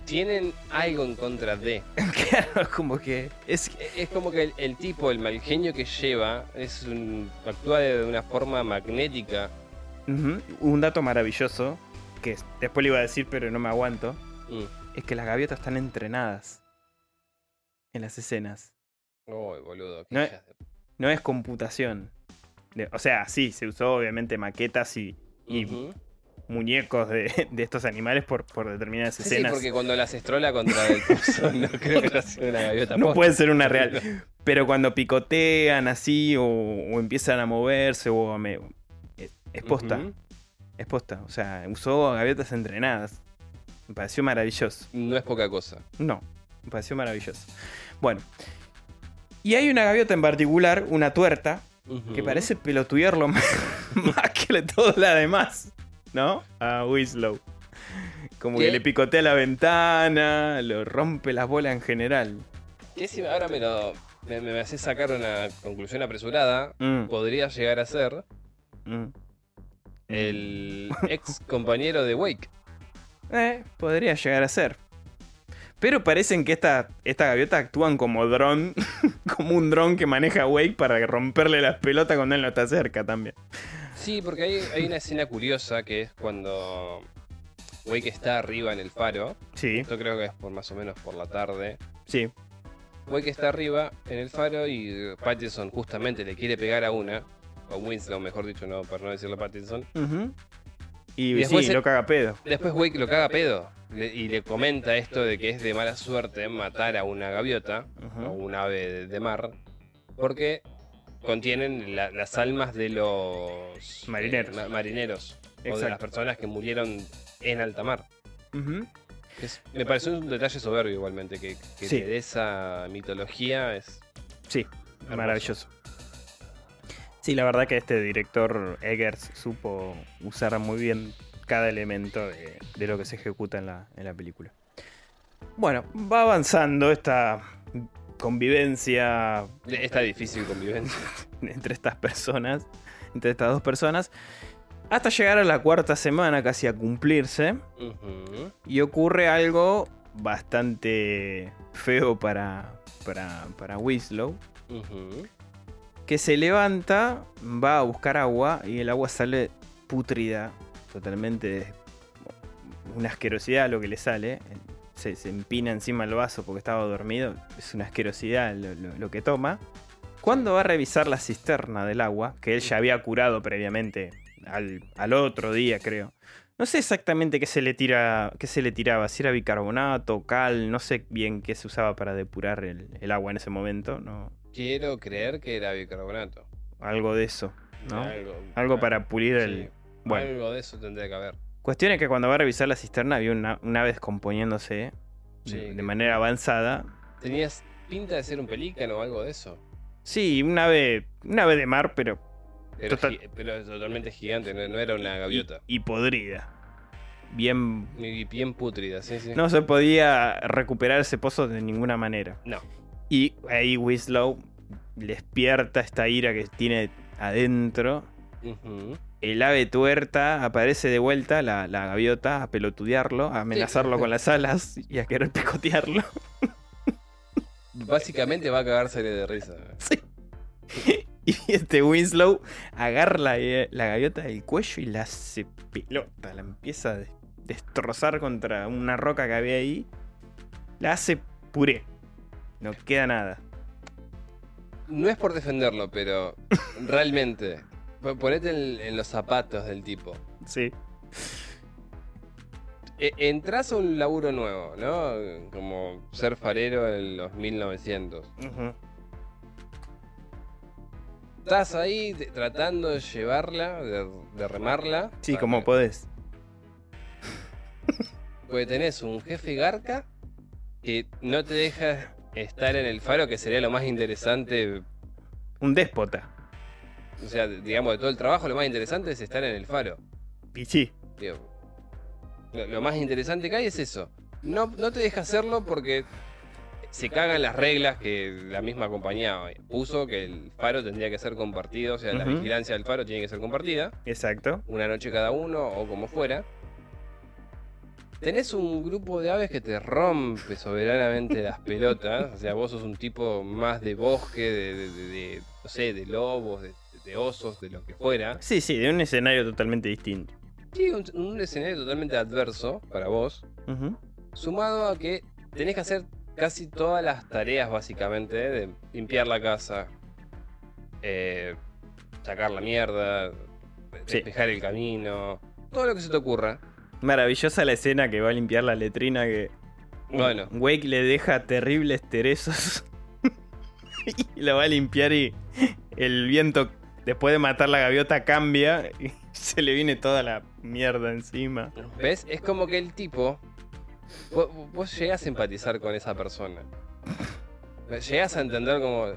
A: tienen algo en contra de.
B: Claro, como que es...
A: E- Es como que el, el tipo, el mal genio que lleva, es un, actúa de una forma magnética.
B: Ujú. Un dato maravilloso, que después le iba a decir, pero no me aguanto,
A: Mm.
B: es que las gaviotas están entrenadas en las escenas.
A: Uy, boludo. qué
B: No,
A: hijas de-
B: no es computación. De- o sea, sí, se usó obviamente maquetas y, y
A: Ujú.
B: muñecos de, de estos animales por, por determinadas
A: Sí, sí,
B: escenas.
A: porque cuando las estrola contra el pulso, no creo que lo sea una gaviota.
B: no
A: posta.
B: puede ser una real. Pero cuando picotean así o, o empiezan a moverse o a me- es, es posta,
A: Ujú.
B: es posta. O sea, usó gaviotas entrenadas. Me pareció maravilloso.
A: No es poca cosa.
B: No, me pareció maravilloso. Bueno. Y hay una gaviota en particular, una tuerta, Que
A: Ujú.
B: parece pelotudearlo más, más que le- todo la demás. ¿No? A Winslow. Como que
A: ¿Qué?
B: le picotea la ventana, lo rompe las bolas en general.
A: Que si ahora me lo. Me, me hace sacar una conclusión apresurada.
B: Mm,
A: Podría llegar a ser
B: mm.
A: el ex compañero de Wake.
B: Eh, podría llegar a ser. Pero parecen que esta- estas gaviotas actúan como dron, como un dron que maneja Wake para romperle las pelotas cuando él no está cerca también.
A: Sí, porque hay, hay una escena curiosa que es cuando Wake está arriba en el faro.
B: Sí,
A: Esto creo que es por más o menos por la tarde.
B: sí.
A: Wake está arriba en el faro y Pattinson justamente le quiere pegar a una. O Winslow, mejor dicho, no, para no decirlo Pattinson.
B: Ujú. Y,
A: Y después
B: sí,
A: se-
B: lo caga pedo.
A: Después Wake lo caga a pedo le- y le comenta esto de que es de mala suerte matar a una gaviota
B: Ujú.
A: o un ave de, de mar porque contienen la- las almas de los eh,
B: Marineros.
A: ma- marineros o de las
B: Exacto.
A: personas que murieron en alta mar.
B: Ujú.
A: Es- me pareció un detalle soberbio igualmente que, que
B: Sí.
A: te dé esa mitología es
B: Sí,
A: Hermoso.
B: maravilloso. Sí, la verdad que este director Eggers supo usar muy bien cada elemento de, de lo que se ejecuta en la, en la película. Bueno, va avanzando esta convivencia
A: de esta difícil convivencia.
B: entre estas personas, entre estas dos personas, hasta llegar a la cuarta semana, casi a cumplirse,
A: Ujú.
B: y ocurre algo bastante feo para, para, para Winslow,
A: Ujú.
B: que se levanta, va a buscar agua y el agua sale pútrida, totalmente una asquerosidad lo que le sale. Se, se empina encima el vaso porque estaba dormido. Es una asquerosidad lo, lo- lo que toma. Cuando va a revisar la cisterna del agua, que él ya había curado previamente al, al otro día, creo. No sé exactamente qué se le tira. qué se le tiraba, si era bicarbonato, cal, no sé bien qué se usaba para depurar el, el agua en ese momento, no.
A: Quiero creer que era bicarbonato.
B: Algo de eso, ¿no?
A: Algo,
B: Algo para pulir
A: sí,
B: el. Bueno.
A: Algo de eso tendría que haber.
B: Cuestión es que cuando va a revisar la cisterna había una, un ave descomponiéndose ¿eh?
A: Sí,
B: de, de
A: que-
B: manera avanzada.
A: Tenías pinta de ser un pelícano o algo de eso.
B: Sí, un ave, un ave de mar, pero
A: Pero,
B: Total-
A: gi- pero totalmente gigante, no, no era una
B: y,
A: gaviota.
B: y podrida. Bien,
A: Ni bien pútrida, sí, sí.
B: no se podía recuperar ese pozo de ninguna manera.
A: No.
B: Y ahí Winslow despierta esta ira que tiene adentro.
A: Ujú.
B: El ave tuerta aparece de vuelta, la, la gaviota, a pelotudearlo, a amenazarlo con las alas y a querer picotearlo.
A: Básicamente va a cagársele de risa.
B: Sí. Y este Winslow agarra la, eh, la gaviota del cuello y la hace pelota, la empieza a des- destrozar contra una roca que había ahí. La hace puré. No queda nada.
A: No es por defenderlo, pero realmente, po- ponete en, en los zapatos del tipo.
B: Sí.
A: E- entras a un laburo nuevo, ¿no? Como ser farero en los 1900. Estás ahí te- tratando de llevarla, de, de remarla.
B: Sí,
A: Para-
B: como podés.
A: Porque tenés un jefe garca que no te deja estar en el faro, que sería lo más interesante.
B: Un déspota.
A: O sea, digamos, de todo el trabajo, lo más interesante es estar en el faro.
B: Pichi.
A: Digo, lo, lo más interesante que hay es eso. No, no te deja hacerlo porque se cagan las reglas que la misma compañía puso, que el faro tendría que ser compartido, o sea, la
B: Ujú.
A: vigilancia del faro tiene que ser compartida,
B: Exacto.
A: una noche cada uno o como fuera. Tenés un grupo de aves que te rompe soberanamente las pelotas, o sea, vos sos un tipo más de bosque, de, de- de- de, no sé, de lobos, de- de osos, de lo que fuera.
B: Sí, sí, de un escenario totalmente distinto.
A: Sí, un, un escenario totalmente adverso para vos,
B: Ujú.
A: sumado a que tenés que hacer casi todas las tareas básicamente, de limpiar la casa, eh, sacar la mierda,
B: Sí.
A: despejar el camino, todo lo que se te ocurra.
B: Maravillosa la escena que va a limpiar la letrina que
A: Bueno,
B: Wake le deja terribles terezos. y la va a limpiar y el viento, después de matar la gaviota, cambia y se le viene toda la mierda encima.
A: ¿ves? Es como que el tipo... Vos, vos llegás a empatizar con esa persona. Llegás a entender como...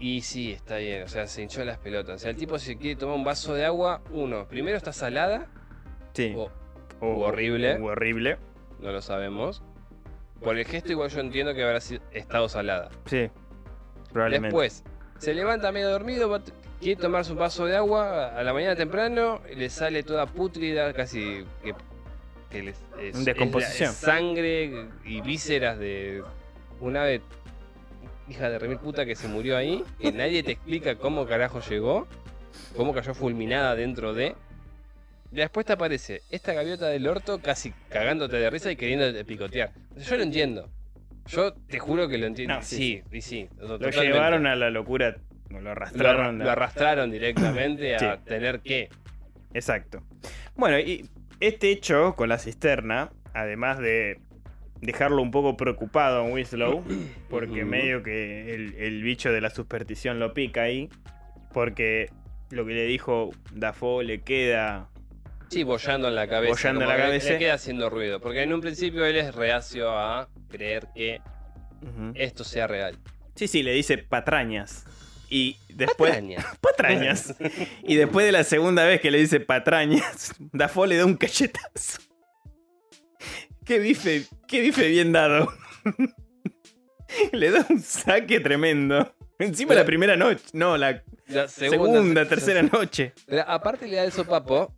A: Y, y sí, está bien, o sea, se hinchó las pelotas. O sea, el tipo si quiere tomar un vaso de agua, uno, primero está salada
B: Sí.
A: o-
B: O-
A: horrible.
B: o horrible.
A: No lo sabemos. Por el gesto igual yo entiendo que habrá sido- estado salada.
B: Sí. Probablemente.
A: Después, se levanta medio dormido, va a t- quiere tomarse un vaso de agua a la mañana temprano, y le sale toda pútrida, casi que, que les- es, es
B: Descomposición.
A: la- es sangre y vísceras de una ave hija de remil puta que se murió ahí, que nadie te explica cómo carajo llegó, cómo cayó fulminada dentro de... Después te aparece esta gaviota del orto casi cagándote de risa y queriéndote picotear. Yo lo entiendo. Yo te juro que lo entiendo.
B: No, sí,
A: sí, y sí.
B: Lo llevaron a la locura. o Lo
A: Lo, arra-
B: arrastraron. a-
A: lo arrastraron directamente a
B: Sí.
A: tener que.
B: Exacto. Bueno, y este hecho con la cisterna, además de dejarlo un poco preocupado a Winslow, porque
A: Ujú.
B: medio que el, el bicho de la superstición lo pica ahí, porque lo que le dijo Dafoe le queda...
A: Sí, bollando en la cabeza.
B: Boyando en
A: como
B: la
A: que le-
B: cabeza.
A: Le queda haciendo ruido. Porque en un principio él es reacio a creer que
B: Ujú.
A: esto sea real.
B: eh, Sí, sí, le dice patrañas. Y después...
A: Patraña.
B: Patrañas. y después de la segunda vez que le dice patrañas, Dafoe le da un cachetazo. Qué bife, qué bife bien dado. le da un saque tremendo. Encima la primera noche, no, la
A: La
B: segunda, tercera noche.
A: Pero aparte le da el sopapo.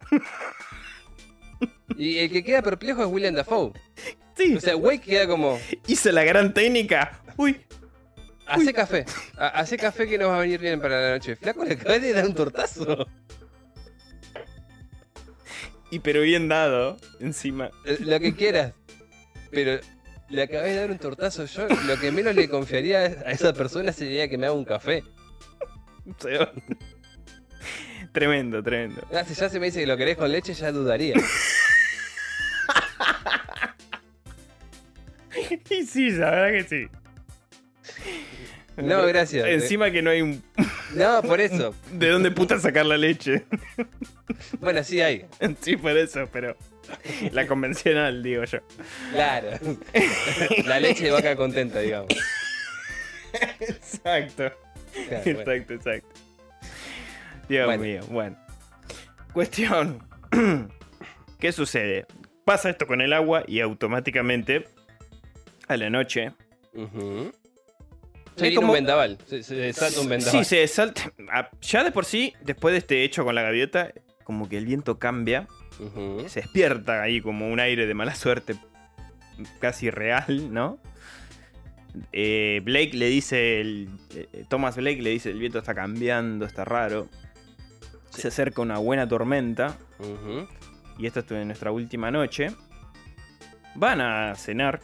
A: y el que queda perplejo es William Dafoe.
B: Sí,
A: O sea, Wake queda como.
B: hizo la gran técnica. Uy,
A: Hace café. Ha- Hace café que nos va a venir bien para la noche. Flaco le acabas de dar un tortazo.
B: Y pero bien dado, encima.
A: Eh, Lo que quieras. Pero le acabé de dar un tortazo yo. Lo que menos le confiaría a esa persona sería que me haga un café.
B: Se va. Tremendo, tremendo.
A: Ah, Si ya se me dice que lo querés con leche, ya dudaría.
B: Y sí, la verdad que sí.
A: No, gracias. eh.
B: Encima que no hay un...
A: No, por eso.
B: de dónde puta sacar la leche.
A: Bueno, sí hay.
B: Sí, por eso, pero la convencional, digo yo.
A: Claro. La leche de vaca contenta, digamos.
B: Exacto.
A: Claro, bueno.
B: Exacto, exacto. Dios
A: Bueno.
B: mío, bueno. Cuestión. ¿Qué sucede? Pasa esto con el agua y automáticamente a la noche.
A: Ujú.
B: Es
A: Se viene
B: como-
A: un vendaval. Se, se desata un vendaval.
B: Sí, se salta. a- Ya de por sí, después de este hecho con la gaviota, como que el viento cambia.
A: Ujú.
B: Se despierta ahí como un aire de mala suerte casi real, ¿no? Eh, Blake le dice, el- eh, Thomas Blake le dice, el viento está cambiando, está raro. Se acerca una buena tormenta,
A: Ujú.
B: y esta estuvo en nuestra última noche. Van a cenar,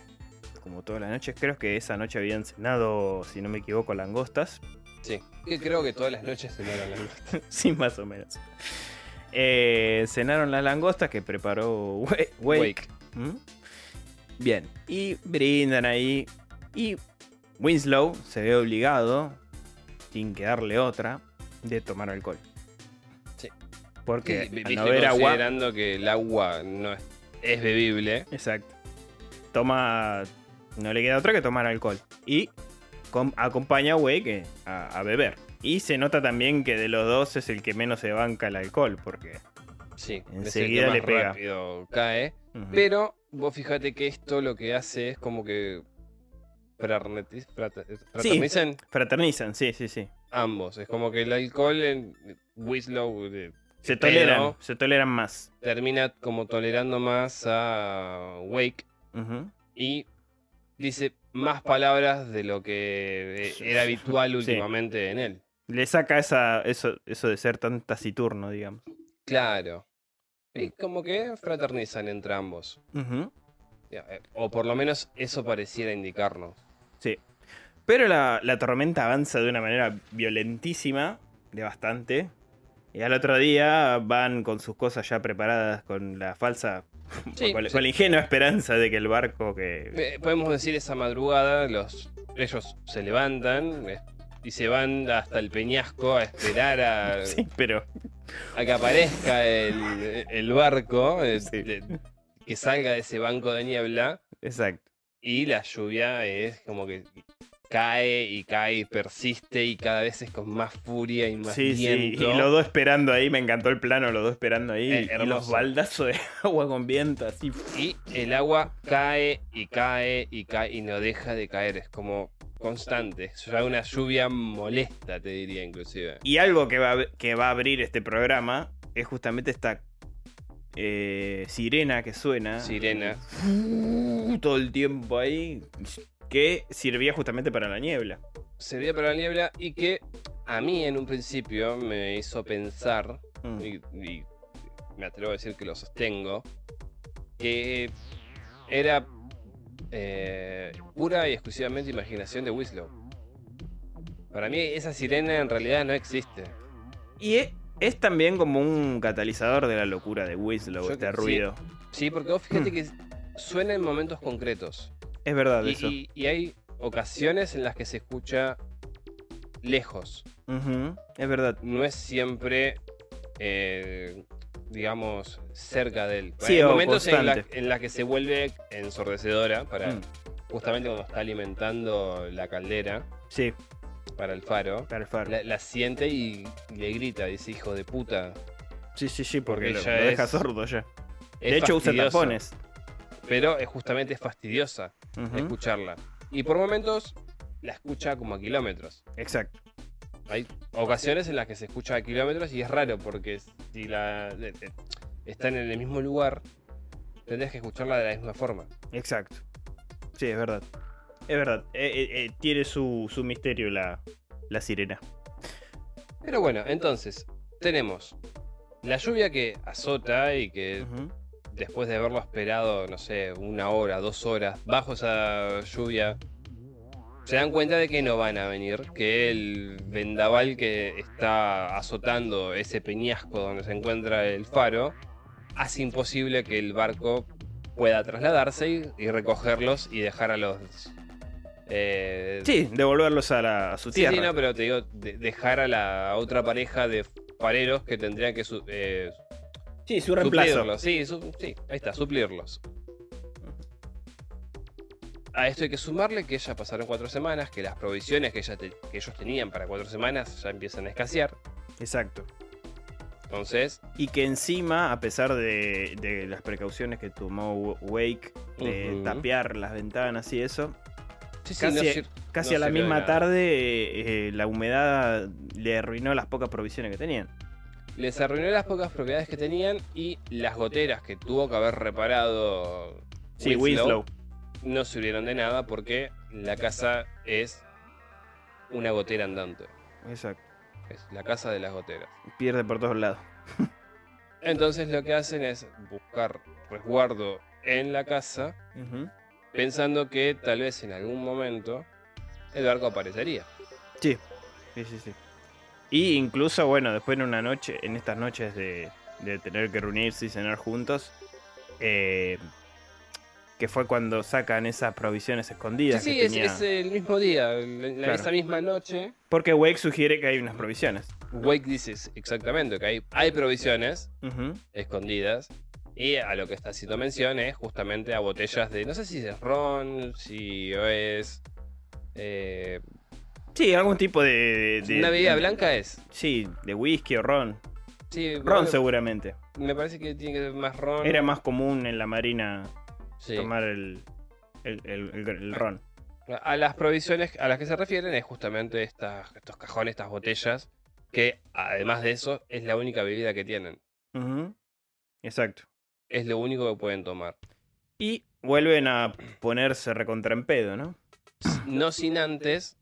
B: como todas las noches, creo que esa noche habían cenado, si no me equivoco, langostas.
A: Sí. Que creo que todas las noches se mueran las luces.
B: sí, más o menos. Eh, cenaron las langostas que preparó Wa- Wake.
A: Wake.
B: ¿Mm? Bien, y brindan ahí. Y Winslow se ve obligado, sin quedarle otra, de tomar alcohol.
A: Sí. Vi-
B: Porque al
A: viste,
B: no ver agua.
A: Considerando que el agua no es, es bebible.
B: Exacto. Toma. No le queda otra que tomar alcohol. Y com- acompaña a Wake a, a beber. Y se nota también que de los dos es el que menos se banca el alcohol, porque.
A: Sí. es el que
B: Enseguida
A: más
B: le pega.
A: rápido cae.
B: Ujú.
A: Pero vos fíjate que esto lo que hace es como que fraterniz- frate- fraternizan
B: Fraternizan, sí, sí, sí.
A: ambos. Es como que el alcohol en Winslow eh,
B: Se
A: Pero-
B: toleran, se toleran más.
A: termina como tolerando más a Wake
B: Ujú.
A: y dice más palabras de lo que eh, era habitual últimamente en él.
B: Le saca esa, eso, eso de ser tan taciturno, digamos.
A: Claro. Y
B: Mm.
A: como que fraternizan entre ambos.
B: Ujú.
A: Ya, eh, O por lo menos eso pareciera indicarnos.
B: Sí. Pero la, la tormenta avanza de una manera violentísima, de bastante. Y al otro día van con sus cosas ya preparadas, con la falsa,
A: Sí,
B: con, la-
A: sí.
B: con la ingenua esperanza de que el barco que...
A: Eh, Podemos decir esa madrugada, los, ellos se levantan eh, y se van hasta el peñasco a esperar a,
B: Sí, pero
A: a que aparezca el, el barco, eh,
B: Sí.
A: de- que salga de ese banco de niebla
B: exacto.
A: y la lluvia es como que cae y cae y persiste y cada vez es con más furia y más
B: Sí, sí.
A: viento.
B: Y los dos esperando ahí, me encantó el plano, los dos esperando ahí.
A: Eh,
B: y los
A: hermoso.
B: baldazos de agua con viento, así.
A: Y el agua cae y cae y cae y no deja de caer. Es como constante. Es ya una lluvia molesta, te diría inclusive.
B: Y algo que va, a- que va a abrir este programa es justamente esta eh, sirena que suena. Uh,
A: Sirena.
B: Todo el tiempo ahí. Que servía justamente para la niebla.
A: Servía para la niebla y que a mí en un principio me hizo pensar,
B: Mm.
A: y, y me atrevo a decir que lo sostengo, que era eh, pura y exclusivamente imaginación de Winslow. Para mí esa sirena en realidad no existe.
B: Y es, es también como un catalizador de la locura de Winslow,
A: Yo
B: este
A: que- sí.
B: ruido.
A: Sí, porque vos fíjate que suena en momentos concretos.
B: Es verdad
A: Y,
B: eso.
A: y- y hay ocasiones en las que se escucha lejos.
B: Ujú, Es verdad.
A: No es siempre, eh, digamos, cerca de él.
B: Sí,
A: hay
B: o
A: momentos en la- en las
B: constante.
A: que se vuelve ensordecedora para
B: Mm,
A: justamente cuando está alimentando la caldera
B: Sí,
A: para el faro.
B: para el faro.
A: La, la siente y le grita, dice hijo de puta.
B: Sí, sí, sí, porque,
A: porque
B: lo,
A: ya
B: lo deja
A: es-
B: sordo ya.
A: Es
B: de hecho, usa
A: fastidioso,
B: tapones.
A: Pero es justamente fastidiosa
B: Ujú,
A: escucharla. Y por momentos la escucha como a kilómetros.
B: Exacto.
A: Hay ocasiones en las que se escucha a kilómetros y es raro porque si la de- de- están en el mismo lugar, tendrías que escucharla de la misma forma.
B: Exacto. Sí, es verdad. Es verdad. Eh, eh, eh, tiene su, su misterio la, la sirena.
A: Pero bueno, entonces, tenemos La lluvia que azota y que
B: Ujú.
A: después de haberlo esperado, no sé, una hora, dos horas, bajo esa lluvia, se dan cuenta de que no van a venir, que el vendaval que está azotando ese peñasco donde se encuentra el faro, hace imposible que el barco pueda trasladarse y, y recogerlos y dejar a los... eh,
B: Sí, devolverlos a, la, a su
A: Sí,
B: tierra.
A: sí, no, pero te digo, de- dejar a la otra pareja de fareros que tendrían que su- eh,
B: Sí, su reemplazo.
A: Suplirlos, sí, su- sí, ahí está, suplirlos. A esto hay que sumarle que ya pasaron cuatro semanas, que las provisiones que, ella te- que ellos tenían para cuatro semanas ya empiezan a escasear.
B: Exacto.
A: Entonces,
B: Y que encima, a pesar de, de las precauciones que tomó Wa- Wake de
A: Ujú.
B: tapear las ventanas y eso,
A: sí, sí,
B: Casi-
A: no sir-
B: casi
A: No
B: a la
A: sirvió de
B: misma
A: nada.
B: tarde eh, la humedad le arruinó las pocas provisiones que tenían.
A: les arruinó las pocas propiedades que tenían y las goteras que tuvo que haber reparado
B: Sí, Winslow.
A: no sirvieron de nada porque la casa es una gotera andante.
B: Exacto.
A: Es la casa de las goteras.
B: Pierde por todos lados.
A: Entonces lo que hacen es buscar resguardo en la casa,
B: Ujú.
A: pensando que tal vez en algún momento el barco aparecería.
B: Sí, sí, sí, sí. Y incluso, bueno, después en una noche, en estas noches de, de tener que reunirse y cenar juntos, eh, que fue cuando sacan esas provisiones
A: Sí,
B: escondidas.
A: sí,
B: que
A: es,
B: tenía.
A: es el mismo día, el- la-
B: Claro.
A: esa misma noche.
B: Porque Wake sugiere que hay unas provisiones.
A: Wake dice es- exactamente que hay, hay provisiones
B: Ujú.
A: escondidas. Y a lo que está haciendo mención es justamente a botellas de, no sé si es ron, si es... eh,
B: Sí, algún tipo de. de- de-
A: una bebida blanca es.
B: Sí, de whisky o ron.
A: Sí,
B: Ron,
A: bueno,
B: seguramente.
A: me parece que tiene que ser más ron.
B: Era más común en la marina
A: Sí.
B: tomar el, el, el- el- el ron.
A: A las provisiones a las que se refieren es justamente estas, estos cajones, estas botellas, que además de eso es la única bebida que tienen.
B: Ujú. Exacto.
A: Es lo único que pueden tomar.
B: Y vuelven a ponerse recontra en pedo, ¿no?
A: No sin antes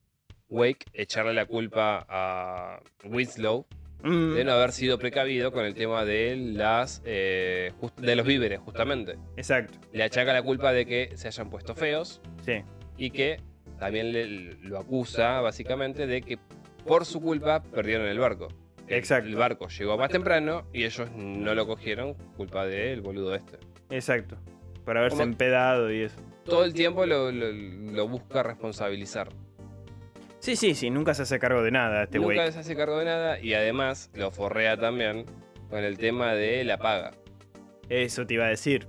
A: Wake echarle la culpa a Winslow
B: Mm,
A: de no haber sido precavido con el tema de, las, eh, just- de los víveres, justamente.
B: Exacto,
A: Le achaca la culpa de que se hayan puesto feos
B: sí.
A: y que también le- lo acusa, básicamente, de que por su culpa perdieron el barco. El-
B: Exacto.
A: El barco llegó más temprano y ellos no lo cogieron, culpa del boludo este.
B: Exacto. Por haberse
A: Como-
B: empedado y eso.
A: Todo el tiempo lo, lo- lo busca responsabilizar.
B: Sí, sí, sí, nunca se hace cargo de nada este
A: Nunca
B: güey.
A: se hace cargo de nada y además lo forrea también con el tema de la paga.
B: Eso te iba a decir.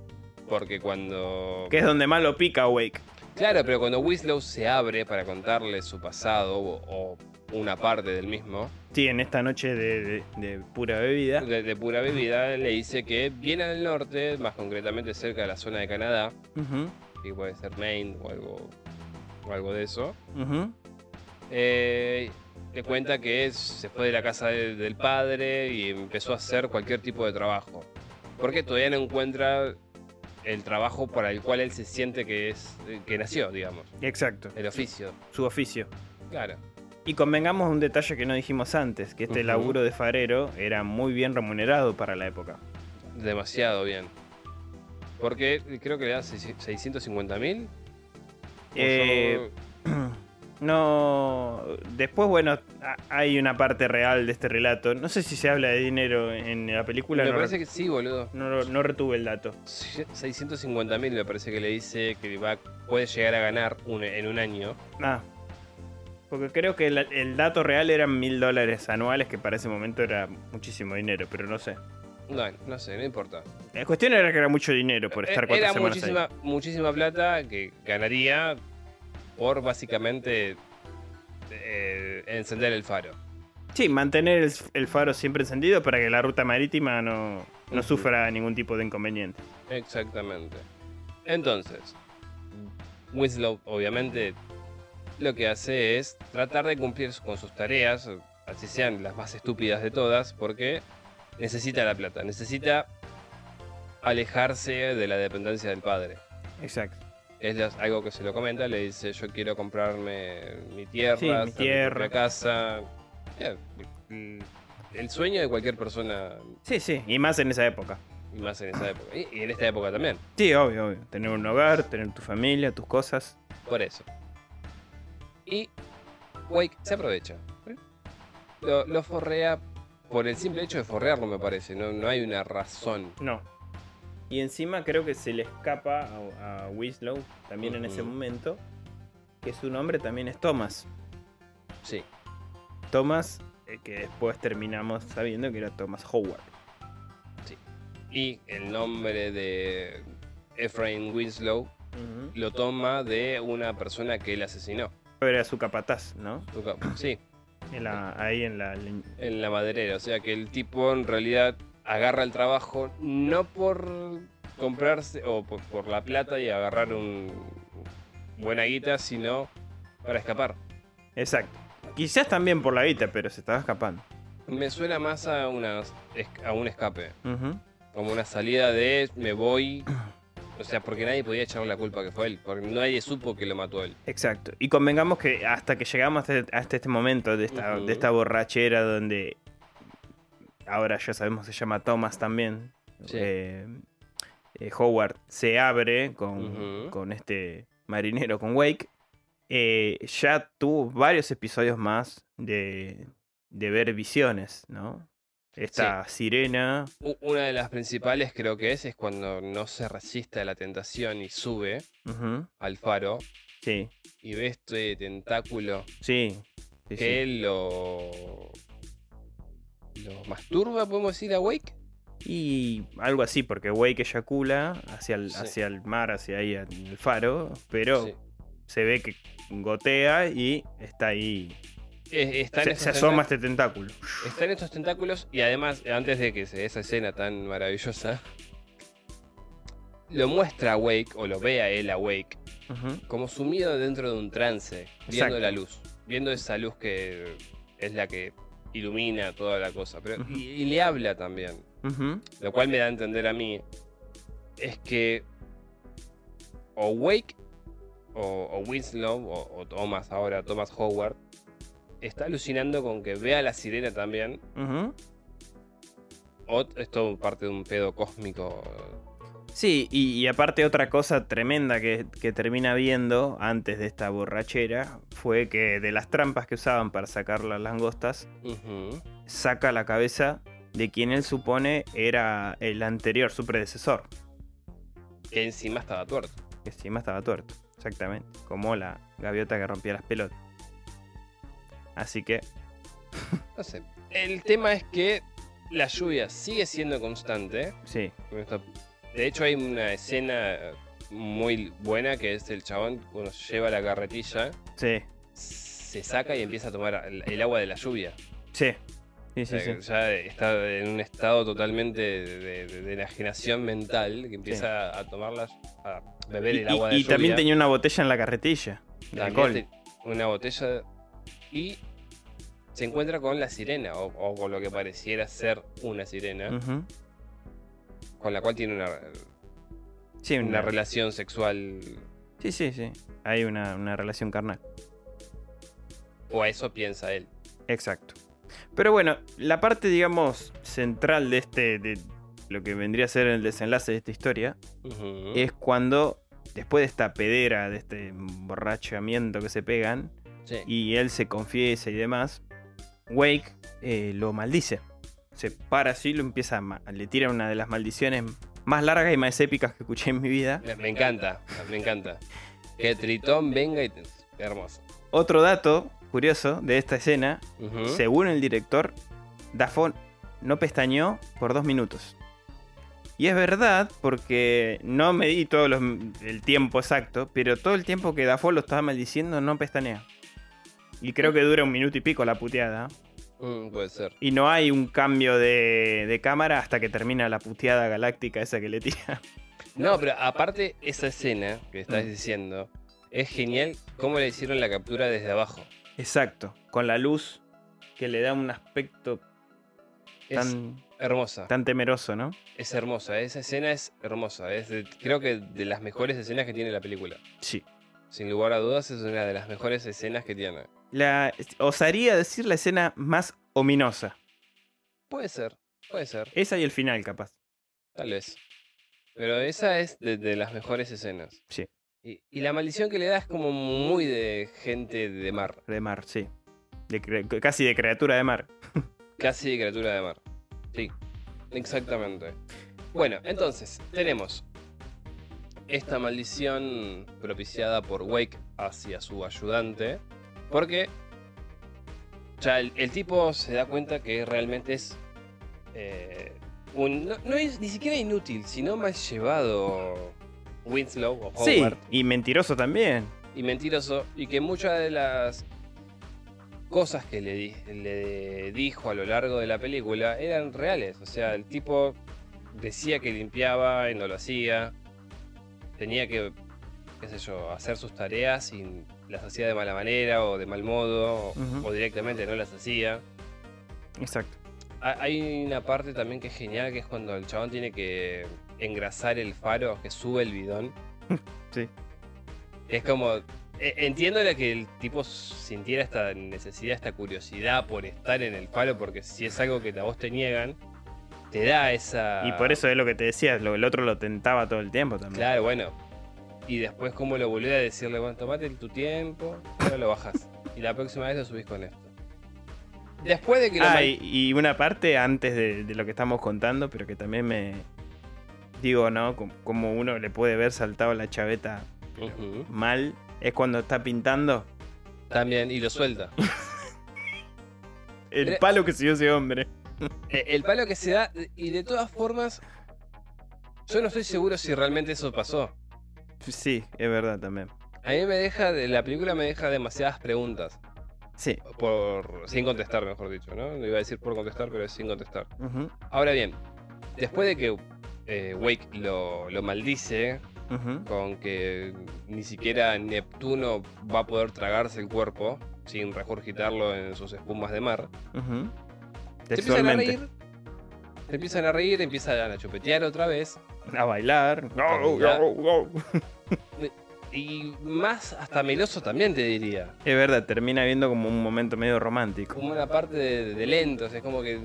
A: Porque cuando.
B: Que es donde más lo pica Wake.
A: Claro, pero cuando Winslow se abre para contarle su pasado o, o una parte del mismo,
B: Sí, en esta noche de, de- de pura bebida.
A: de, de pura bebida, le dice que viene del norte, más concretamente cerca de la zona de Canadá,
B: Ujú,
A: que puede ser Maine o algo, o algo de eso.
B: ujú.
A: Eh, le cuenta que es- se fue de la casa de- del padre y empezó a hacer cualquier tipo de trabajo. Porque todavía no encuentra el trabajo para el cual él se siente que es que nació, digamos,
B: Exacto,
A: el oficio.
B: su oficio.
A: Claro.
B: Y convengamos un detalle que no dijimos antes, que este
A: Ujú.
B: laburo de farero era muy bien remunerado para la época.
A: Demasiado bien. Porque creo que le da 650 mil. Pues
B: Eh, No. Después, bueno, a- hay una parte real de este relato. No sé si se habla de dinero en la película.
A: Me
B: no
A: parece que sí, boludo.
B: No, lo- no retuve el dato.
A: 650 mil me parece que le dice que va, puede llegar a ganar un- en un año.
B: Ah. Porque creo que el, el dato real eran mil dólares anuales, que para ese momento era muchísimo dinero, pero no sé.
A: No, no sé, no importa.
B: La cuestión era que era mucho dinero por estar
A: Eh,
B: cuatro
A: Era
B: semanas
A: muchísima, muchísima plata que ganaría por básicamente eh, encender el faro.
B: ahí. Sí, mantener el, el faro siempre encendido para que la ruta marítima no, no
A: Ujú.
B: sufra ningún tipo de inconveniente.
A: Exactamente. Entonces, Winslow obviamente lo que hace es tratar de cumplir con sus tareas, así sean las más estúpidas de todas, porque necesita la plata, necesita alejarse de la dependencia del padre.
B: Exacto.
A: Es las- algo que se lo comenta, le dice yo quiero comprarme mi tierra,
B: Sí, mi
A: hacer mi
B: tierra.
A: propia casa. Eh, mm, el sueño de cualquier persona,
B: Sí, sí, y más en esa época.
A: y más en esa época. Y, y en esta época también,
B: Sí, obvio, obvio. Tener un hogar, tener tu familia, tus cosas.
A: por eso. Y Wake se aprovecha. ¿eh? Lo, lo forrea por el simple hecho de forrearlo, me parece. No, no hay una razón.
B: No. Y encima creo que se le escapa a, a Winslow también en ese
A: Ujú.
B: momento que su nombre también es Thomas.
A: Sí,
B: Thomas, eh, que después terminamos sabiendo que era Thomas Howard.
A: y el nombre de Efraín Winslow lo toma de una persona que él asesinó.
B: Era su capataz, ¿no?
A: Su cap- Sí,
B: En la- ahí en la. lin-
A: en la maderera. O sea que el tipo en realidad agarra el trabajo no por comprarse o por, por la plata y agarrar un buena guita, sino para escapar.
B: Exacto. Quizás también por la guita, pero se estaba escapando.
A: Me suena más a, una, a un escape,
B: Ujú.
A: como una salida de me voy. O sea, porque nadie podía echarle la culpa que fue él, porque nadie supo que lo mató él.
B: Exacto. Y convengamos que hasta que llegamos hasta, hasta este momento de esta,
A: Ujú.
B: de esta borrachera donde ahora ya sabemos se llama Thomas también.
A: Sí.
B: eh, eh, Howard se abre con,
A: Ujú.
B: con este marinero, con Wake. eh, ya tuvo varios episodios más de, de ver visiones, ¿no? Esta sirena.
A: U- Una de las principales creo que es, es cuando no se resiste a la tentación y sube
B: Ujú.
A: al faro
B: Sí,
A: y ve este tentáculo
B: sí. sí, sí.
A: que lo. lo masturba, podemos decir, a Wake.
B: Y algo así, porque Wake eyacula hacia el,
A: Sí.
B: hacia el mar, hacia ahí, en el faro, pero
A: Sí.
B: se ve que gotea y está ahí.
A: Eh, están,
B: Se,
A: esos
B: se asoma
A: tenta-
B: este tentáculo.
A: están estos tentáculos y además, antes de que se dé esa escena tan maravillosa, lo muestra a Wake, o lo ve a él a Wake,
B: Ujú.
A: como sumido dentro de un trance, viendo
B: Exacto.
A: la luz, viendo esa luz que es la que ilumina toda la cosa. Pero,
B: Ujú.
A: y, y le habla también,
B: Ujú.
A: lo cual me da a entender a mí, es que o Wake o, o Winslow o, o Thomas ahora, Thomas Howard, está alucinando con que vea a la sirena también,
B: Ujú.
A: o es todo parte de un pedo cósmico.
B: Sí, y, y aparte otra cosa tremenda que, que termina viendo antes de esta borrachera fue que de las trampas que usaban para sacar las langostas,
A: Ujú,
B: saca la cabeza de quien él supone era el anterior, su predecesor.
A: que encima estaba tuerto.
B: que encima estaba tuerto. Exactamente. Como la gaviota que rompía las pelotas. Así que.
A: No sé. El tema es que la lluvia sigue siendo constante.
B: Sí.
A: con esta- De hecho, hay una escena muy buena que es el chabón cuando lleva la carretilla,
B: Sí.
A: se saca y empieza a tomar el el agua de la lluvia.
B: Sí. Sí,
A: O
B: sí,
A: sea,
B: sí.
A: Ya está en un estado totalmente de, de- de enajenación mental que empieza a tomarla, a beber
B: Y,
A: el agua de la
B: y- y
A: lluvia.
B: también tenía una botella en la carretilla. De
A: También
B: alcohol.
A: te- una botella y se encuentra con la sirena o, o con lo que pareciera ser una sirena
B: Ujú.
A: con la cual tiene una,
B: Sí,
A: una
B: una,
A: relación sexual
B: sí, sí, sí. Hay una, una relación carnal.
A: o a eso piensa él
B: Exacto. Pero bueno, la parte, digamos, central de este. de lo que vendría a ser el desenlace de esta historia.
A: Ujú.
B: Es cuando. Después de esta pedera, de este borrachamiento que se pegan.
A: Sí.
B: y él se confiesa y demás, Wake eh, lo maldice. Se para así y lo empieza a ma- le tira una de las maldiciones más largas y más épicas que escuché en mi vida.
A: me, me encanta me encanta que Tritón venga y te- hermoso
B: Otro dato curioso de esta escena,
A: Ujú.
B: según el director, Dafon no pestañeó por dos minutos. Y es verdad, porque no medí todo los- el tiempo exacto, pero todo el tiempo que Dafo lo estaba maldiciendo no pestanea. Y creo que dura un minuto y pico la puteada.
A: Mm, puede ser
B: Y no hay un cambio de, de cámara hasta que termina la puteada galáctica esa que le tira.
A: no pero aparte esa escena que estás
B: Mm.
A: diciendo es genial cómo le hicieron la captura desde abajo
B: Exacto. Con la luz que le da un aspecto
A: es
B: tan,
A: hermosa
B: tan temeroso, ¿no?
A: Es hermosa, esa escena es hermosa. Es de- creo que de las mejores escenas que tiene la película.
B: Sí.
A: Sin lugar a dudas, es una de las mejores escenas que tiene.
B: La, osaría decir la escena más ominosa.
A: Puede ser, puede ser,
B: Esa y el final, capaz.
A: tal vez. Pero esa es de, de las mejores escenas.
B: Sí.
A: Y, y la maldición que le da es como muy de gente de mar,
B: De mar, sí. De cre- casi de criatura de mar.
A: casi de criatura de mar. Sí, exactamente. Bueno, entonces, tenemos esta maldición propiciada por Wake hacia su ayudante, porque ya el, el tipo se da cuenta que realmente es eh, un, no, no es ni siquiera inútil, sino mal llevado Winslow o
B: Sí,
A: Howard
B: y mentiroso también.
A: y mentiroso y que muchas de las cosas que le, di- le dijo a lo largo de la película eran reales. O sea, el tipo decía que limpiaba y no lo hacía. Tenía que, qué sé yo, hacer sus tareas y las hacía de mala manera o de mal modo o-
B: Ujú.
A: o directamente no las hacía.
B: Exacto.
A: Ha- Ah, Hay una parte también que es genial, que es cuando el chabón tiene que engrasar el faro, que sube el bidón.
B: Sí.
A: Es como... e- Entiendo la que el tipo sintiera esta necesidad, esta curiosidad por estar en el faro, porque si es algo que a vos te niegan, te da esa...
B: Y por eso es lo que te decía, lo- el otro lo tentaba todo el tiempo también.
A: Claro, bueno. Y después como lo volví a decirle, bueno, tomate tu tiempo, ahora lo bajas. y la próxima vez lo subís con esto. Después de que lo...
B: Ah,
A: mal-
B: y, y una parte antes de, de lo que estamos contando, pero que también me. Digo, ¿no? Com- Como uno le puede ver saltado la chaveta
A: Ujú.
B: mal, es cuando está pintando
A: También, y lo suelta.
B: el
A: Pero-
B: palo que se dio ese hombre.
A: Eh, El palo que se da, y de todas formas, yo no estoy seguro si realmente eso pasó.
B: Sí, es verdad también.
A: A mí me deja, de- la película me deja demasiadas preguntas,
B: Sí.
A: por, sin contestar, mejor dicho, ¿no? No iba a decir por contestar, pero es sin contestar.
B: Ujú,
A: Ahora bien, después de que eh, Wake lo, lo maldice
B: ujú.
A: con que ni siquiera Neptuno va a poder tragarse el cuerpo sin regurgitarlo en sus espumas de mar,
B: Ujú.
A: se empiezan a
B: Textualmente.
A: reír. Se empiezan a reír, empiezan a chupetear otra vez.
B: A bailar. Go,
A: bailar.
B: go, go.
A: Y más hasta meloso también te diría.
B: Es verdad, termina viendo como un momento medio romántico.
A: Como una parte de, de lentos, es como que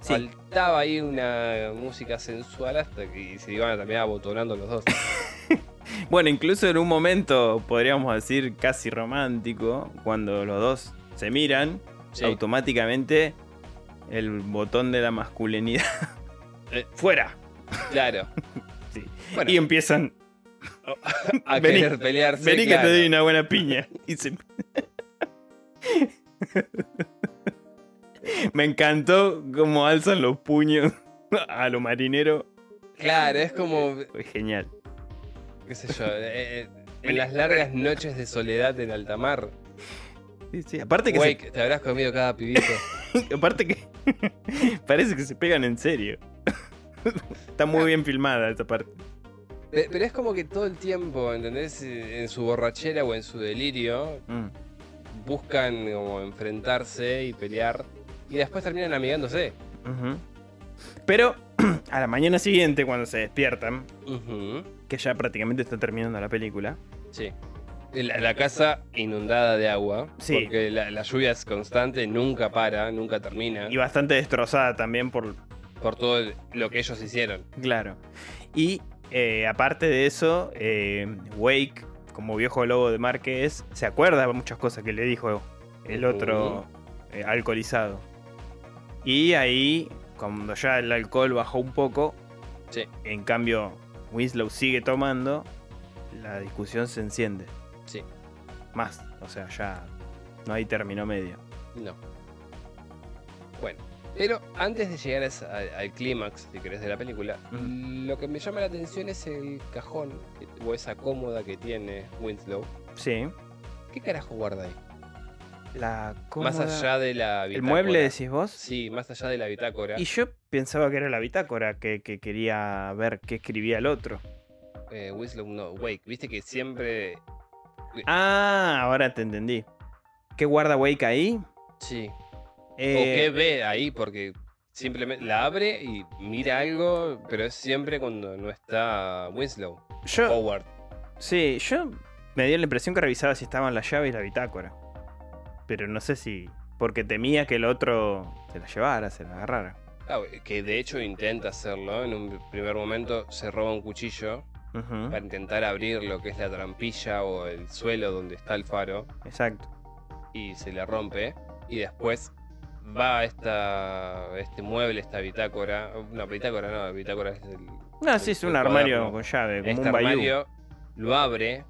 B: Sí.
A: faltaba ahí una música sensual hasta que se iban a terminar abotonando los dos.
B: Bueno, incluso en un momento, podríamos decir, casi romántico, cuando los dos se miran,
A: Sí.
B: automáticamente el botón de la masculinidad
A: Eh.
B: fuera.
A: Claro.
B: Sí.
A: Bueno,
B: Y empiezan,
A: a
B: vení,
A: querer pelearse.
B: vení que
A: claro.
B: te doy una buena piña. Y se- Me encantó cómo alzan los puños a lo marinero.
A: Claro, es como,
B: Fue genial.
A: qué sé yo, eh, eh, en las largas noches de soledad en alta mar.
B: Sí, sí, Aparte que, se-
A: Wake, te habrás comido cada pibito.
B: aparte que parece que se pegan en serio. Está muy bien filmada esta parte.
A: Pe- Pero es como que todo el tiempo, ¿entendés? En su borrachera o en su delirio,
B: Mm.
A: buscan como enfrentarse y pelear y después terminan amigándose.
B: Ujú. Pero a la mañana siguiente, cuando se despiertan, que ya prácticamente está terminando la película,
A: Sí. La, la casa inundada de agua,
B: Sí.
A: porque la, la lluvia es constante, nunca para, nunca termina,
B: y bastante destrozada también por...
A: por todo el- lo que ellos hicieron.
B: Claro. Y eh, aparte de eso, eh, Wake, como viejo lobo de mar que es, se acuerda de muchas cosas que le dijo el otro eh, alcoholizado. Y ahí, cuando ya el alcohol bajó un poco,
A: Sí.
B: en cambio Winslow sigue tomando, la discusión se enciende.
A: Sí.
B: Más, o sea, ya no hay término medio.
A: No. Bueno, pero antes de llegar a esa- al, al clímax, si querés, de la película,
B: Ujú.
A: lo que me llama la atención es el cajón que- o esa cómoda que tiene Winslow.
B: Sí.
A: ¿Qué carajo guarda ahí?
B: La
A: Más
B: cómoda-
A: allá de la
B: ¿El mueble
A: bitácora.
B: decís vos?
A: Sí, más allá de la bitácora.
B: Y yo pensaba que era la bitácora que, que quería ver qué escribía el otro.
A: eh, Winslow no, Wake. Viste que siempre.
B: Ah, ahora te entendí. ¿Qué guarda Wake ahí?
A: Sí.
B: Eh,
A: O qué ve ahí, porque simplemente la abre y mira algo, pero es siempre cuando no está Winslow.
B: yo,
A: Howard.
B: sí, yo me dio la impresión que revisaba si estaban las llaves y la bitácora. Pero no sé si. porque temía que el otro se la llevara, se la agarrara.
A: Ah, que de hecho intenta hacerlo. En un primer momento se roba un cuchillo
B: Ujú,
A: para intentar abrir lo que es la trampilla o el suelo donde está el faro
B: Exacto.
A: y se le rompe. Y después va a esta, este mueble, esta bitácora. No, bitácora no, bitácora es el.
B: No, sí, es un
A: el
B: armario
A: cuaderno.
B: con llave, como
A: Este
B: un bayou.
A: armario lo abre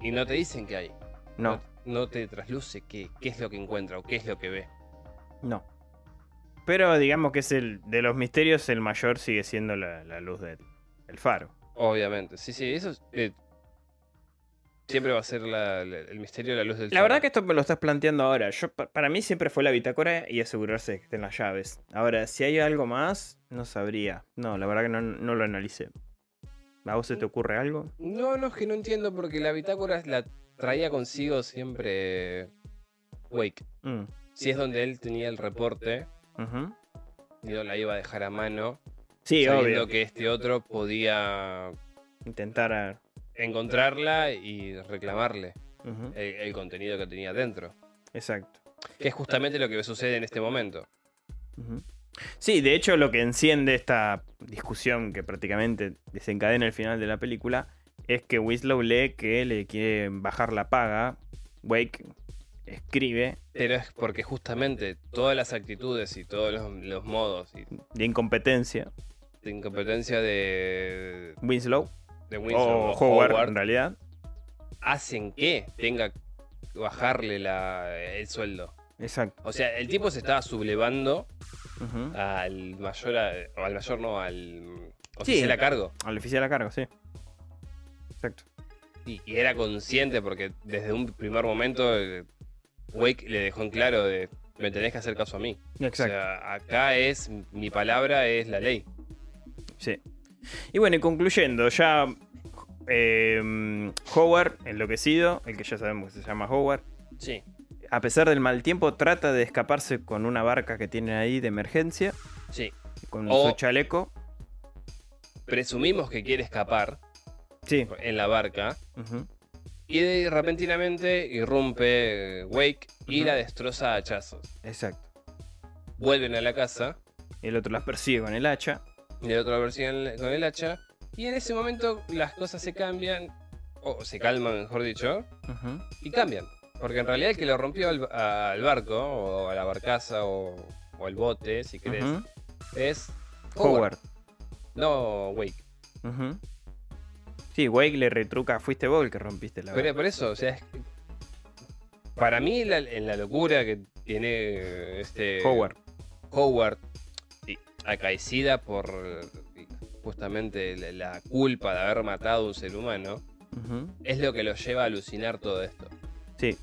A: y no te dicen qué hay.
B: No,
A: No te trasluce qué, qué es lo que encuentra o qué es lo que ve.
B: no. Pero digamos que es el de los misterios, el mayor sigue siendo la, la luz del, del faro.
A: Obviamente, sí, sí, eso es, eh, siempre va a ser la- la- el misterio de la luz del
B: La
A: faro.
B: verdad que esto me lo estás planteando ahora. Yo, pa- para mí siempre fue la bitácora y asegurarse de que estén las llaves. Ahora, si hay algo más, no sabría. No, la verdad que no, no lo analicé. ¿A vos se te ocurre algo?
A: No, no, es que no entiendo porque la bitácora la traía consigo siempre Wake.
B: Mm,
A: Si es donde él tenía el reporte
B: ujú.
A: y no la iba a dejar a mano,
B: Sí,
A: sabiendo
B: obvio.
A: que este otro podía
B: Intentar... a-
A: encontrarla y reclamarle
B: ujú,
A: el, el contenido que tenía dentro.
B: Exacto.
A: Que es justamente lo que sucede en este momento.
B: Ujú. Sí, de hecho lo que enciende esta discusión que prácticamente desencadena el final de la película es que Winslow lee que le quiere bajar la paga. Wake escribe
A: Pero es porque justamente todas las actitudes y todos los, los modos y
B: de incompetencia.
A: de incompetencia de,
B: Winslow
A: de
B: o
A: Winslow o
B: Oh, Howard,
A: Howard
B: en realidad.
A: hacen que tenga que bajarle la- el sueldo.
B: Exacto. Ah,
A: O sea, el tipo se estaba sublevando
B: Ujú.
A: al mayor, a- o al mayor no, al
B: Sí.
A: oficial a cargo.
B: Al oficial a cargo, sí. Exacto.
A: Y, y era consciente porque desde un primer momento eh, Wake le dejó en claro de me tenés que hacer caso a mí.
B: Exacto.
A: O sea, acá es mi palabra es la ley.
B: Sí. Y bueno, y concluyendo, ya eh, Howard, enloquecido, el que ya sabemos que se llama Howard,
A: Sí.
B: a pesar del mal tiempo, trata de escaparse con una barca que tienen ahí de emergencia,
A: Sí.
B: con
A: O-
B: su chaleco.
A: Presumimos que quiere escapar
B: Sí.
A: en la barca.
B: ujú,
A: Y de- repentinamente irrumpe eh, Wake y
B: Ujú.
A: la destroza a hachazos.
B: Exacto.
A: Vuelven a la casa
B: El otro las persigue con el hacha.
A: y el otro lo persiguen con el hacha. Y en ese momento las cosas se cambian, o se calman, mejor dicho,
B: ujú,
A: y cambian. Porque en realidad el que lo rompió al, a- al barco, o a la barcaza, o, o al bote, si querés,
B: ujú,
A: es
B: Howard.
A: No, Wake.
B: ujú. Sí, Wake le retruca, fuiste vos el que rompiste la
A: Pero
B: barca.
A: por eso, o sea, es que- para mí la- en la locura que tiene este
B: Howard.
A: Howard y- acaecida por eh, justamente la- la culpa de haber matado a un ser humano,
B: ujú,
A: es lo que lo lleva a alucinar todo esto.
B: Sí.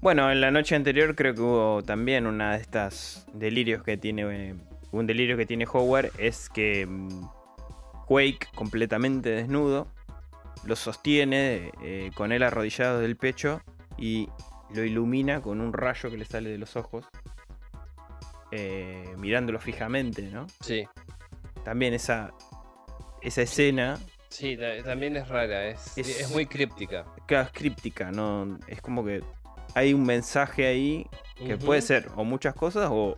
B: Bueno, en la noche anterior creo que hubo también una de estas delirios que tiene. eh, un delirio que tiene Howard es que mm, Quake, completamente desnudo, lo sostiene eh, con él arrodillado del pecho y lo ilumina con un rayo que le sale de los ojos, eh, mirándolo fijamente, ¿no?
A: Sí,
B: También esa, esa escena
A: sí, ta- también es rara, es,
B: Es-
A: es muy críptica.
B: claro, es críptica, ¿no? Es como que hay un mensaje ahí Que
A: Ujú.
B: puede ser o muchas cosas o,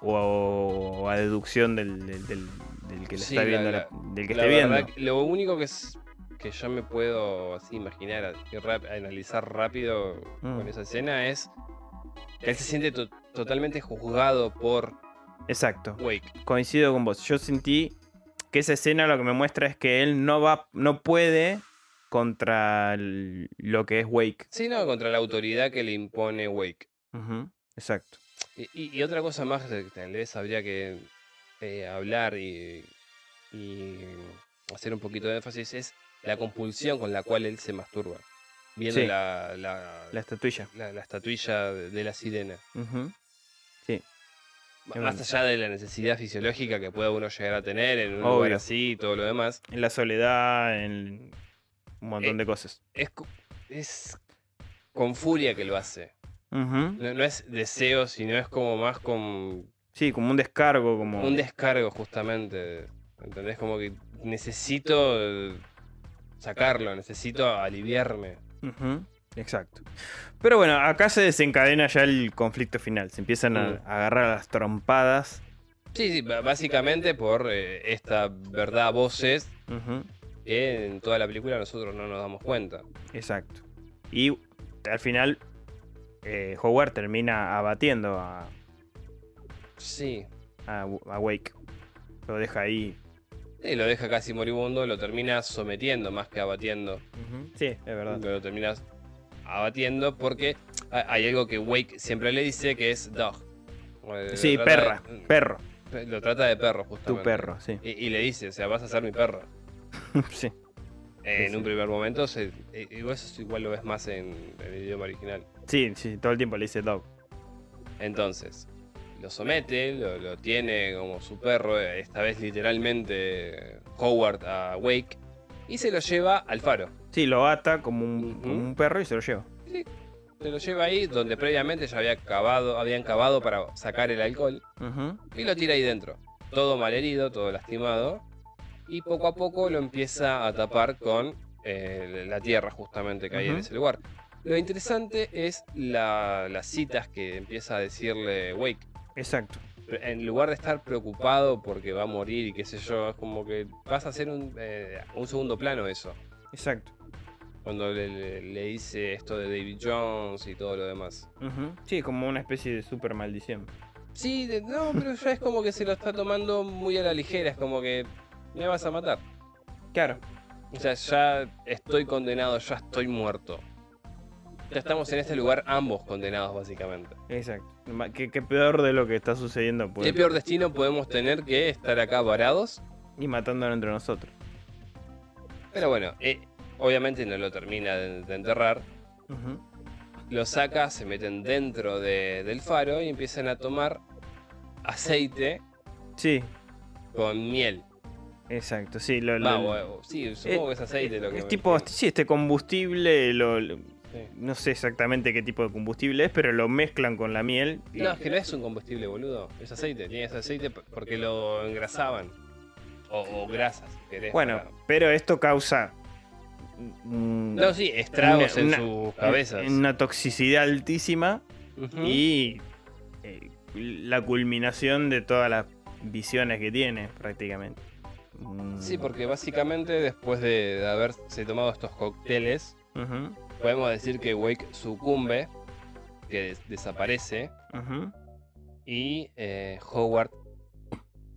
B: o, o a deducción del, del, del- del que le
A: Sí,
B: está
A: la-
B: viendo.
A: la-
B: la- del que
A: La
B: esté viendo.
A: verdad que lo único que es que yo me puedo así imaginar y rap- analizar rápido
B: Mm.
A: con esa escena es que él se siente to- totalmente juzgado por
B: Exacto.
A: Wake.
B: Coincido con vos. Yo sentí que esa escena lo que me muestra es que él no va, no puede contra el- lo que es Wake.
A: Sí, no, contra la autoridad que le impone Wake.
B: Ujú, Exacto.
A: Y, y- y otra cosa más que tal vez habría que eh, hablar y, y hacer un poquito de énfasis es la compulsión con la cual él se masturba. Viendo
B: Sí.
A: la, la,
B: La estatuilla.
A: la- la estatuilla de de la sirena.
B: Ujú. Sí.
A: Ma-
B: Qué
A: Más
B: bonito.
A: allá de la necesidad fisiológica que pueda uno llegar a tener en un lugar
B: Obvio.
A: así y todo lo demás,
B: En la soledad, en un montón
A: Eh,
B: de cosas.
A: es, co- es con furia que lo hace.
B: Ujú.
A: No, no es deseo, sino es como más con
B: Sí, como un descargo, como.
A: un descargo justamente. ¿Entendés? Como que necesito eh, sacarlo, necesito aliviarme.
B: Ujú. Exacto. Pero bueno, acá se desencadena ya el conflicto final. Se empiezan a
A: Mm.
B: a agarrar a las trompadas.
A: Sí, sí, b- básicamente por eh, esta verdad a voces
B: Ujú,
A: que en toda la película nosotros no nos damos cuenta.
B: Exacto. Y al final, eh, Howard termina abatiendo a,
A: Sí.
B: a- a Wake. Lo deja ahí.
A: Y lo deja casi moribundo, lo termina sometiendo más que abatiendo.
B: Sí, es verdad.
A: Lo termina abatiendo porque ha- hay algo que Wake siempre le dice que es dog. Eh, lo
B: Sí,
A: trata
B: perra.
A: de- eh,
B: Perro.
A: pe- lo trata de perro,
B: Tu
A: justamente.
B: perro, sí.
A: Y, y le dice, o sea, vas a ser mi perro.
B: sí.
A: En
B: Sí, sí.
A: un primer momento, se, eh, igual eso igual lo ves más en, en el idioma original.
B: Sí, sí, todo el tiempo le dice dog.
A: Entonces, lo somete, lo, lo tiene como su perro, eh, esta vez literalmente eh, Howard a Wake, y se lo lleva al faro.
B: Sí, lo ata como un,
A: Ujú.
B: como un perro y se lo lleva.
A: Se lo lleva ahí donde previamente ya había cavado, habían cavado para sacar el alcohol,
B: Ujú.
A: y lo tira ahí dentro. Todo malherido, todo lastimado, y poco a poco lo empieza a tapar con eh, la tierra justamente que hay en
B: Ujú.
A: ese lugar. Lo interesante es la- las citas que empieza a decirle Wake.
B: Exacto.
A: en lugar de estar preocupado porque va a morir y qué sé yo, es como que vas a hacer un, eh, un segundo plano eso.
B: Exacto.
A: Cuando le, le- le hice esto de David Jones y todo lo demás.
B: Ujú. Sí, como una especie de super maldición.
A: Sí, de- no, pero ya es como que se lo está tomando muy a la ligera, es como que me vas a matar.
B: Claro.
A: O sea, ya estoy condenado, ya estoy muerto. Ya estamos en este lugar ambos condenados básicamente.
B: Exacto. Ma- Qué, qué peor de lo que está sucediendo pues,
A: ¿Qué peor destino podemos tener que estar acá varados
B: y matándonos entre nosotros.
A: Pero bueno, eh, obviamente no lo termina de, de enterrar.
B: Ujú.
A: Lo saca, se meten dentro de- del faro y empiezan a tomar aceite
B: Sí,
A: con miel.
B: exacto. Sí, lo, lo-
A: Va,
B: lo-
A: o- o- sí, supongo que es aceite eh, lo que
B: es
A: me-
B: tipo,
A: sí.
B: sí, este combustible, lo- lo- no sé exactamente qué tipo de combustible es, pero lo mezclan con la miel. y-
A: No, es que no es un combustible, boludo. Es aceite, tiene ese aceite p- porque lo engrasaban. O, o grasas, si querés.
B: Bueno,
A: para-
B: pero esto causa... mm,
A: No, sí, estragos
B: una-
A: en sus
B: una-
A: cabezas.
B: eh, Una toxicidad altísima
A: Ujú.
B: y eh, la culminación de todas las visiones que tiene prácticamente. Mm.
A: Sí, porque básicamente después de, de haberse tomado estos cócteles,
B: Ujú,
A: Podemos decir que Wake sucumbe, que des- desaparece,
B: ujú.
A: y eh, Howard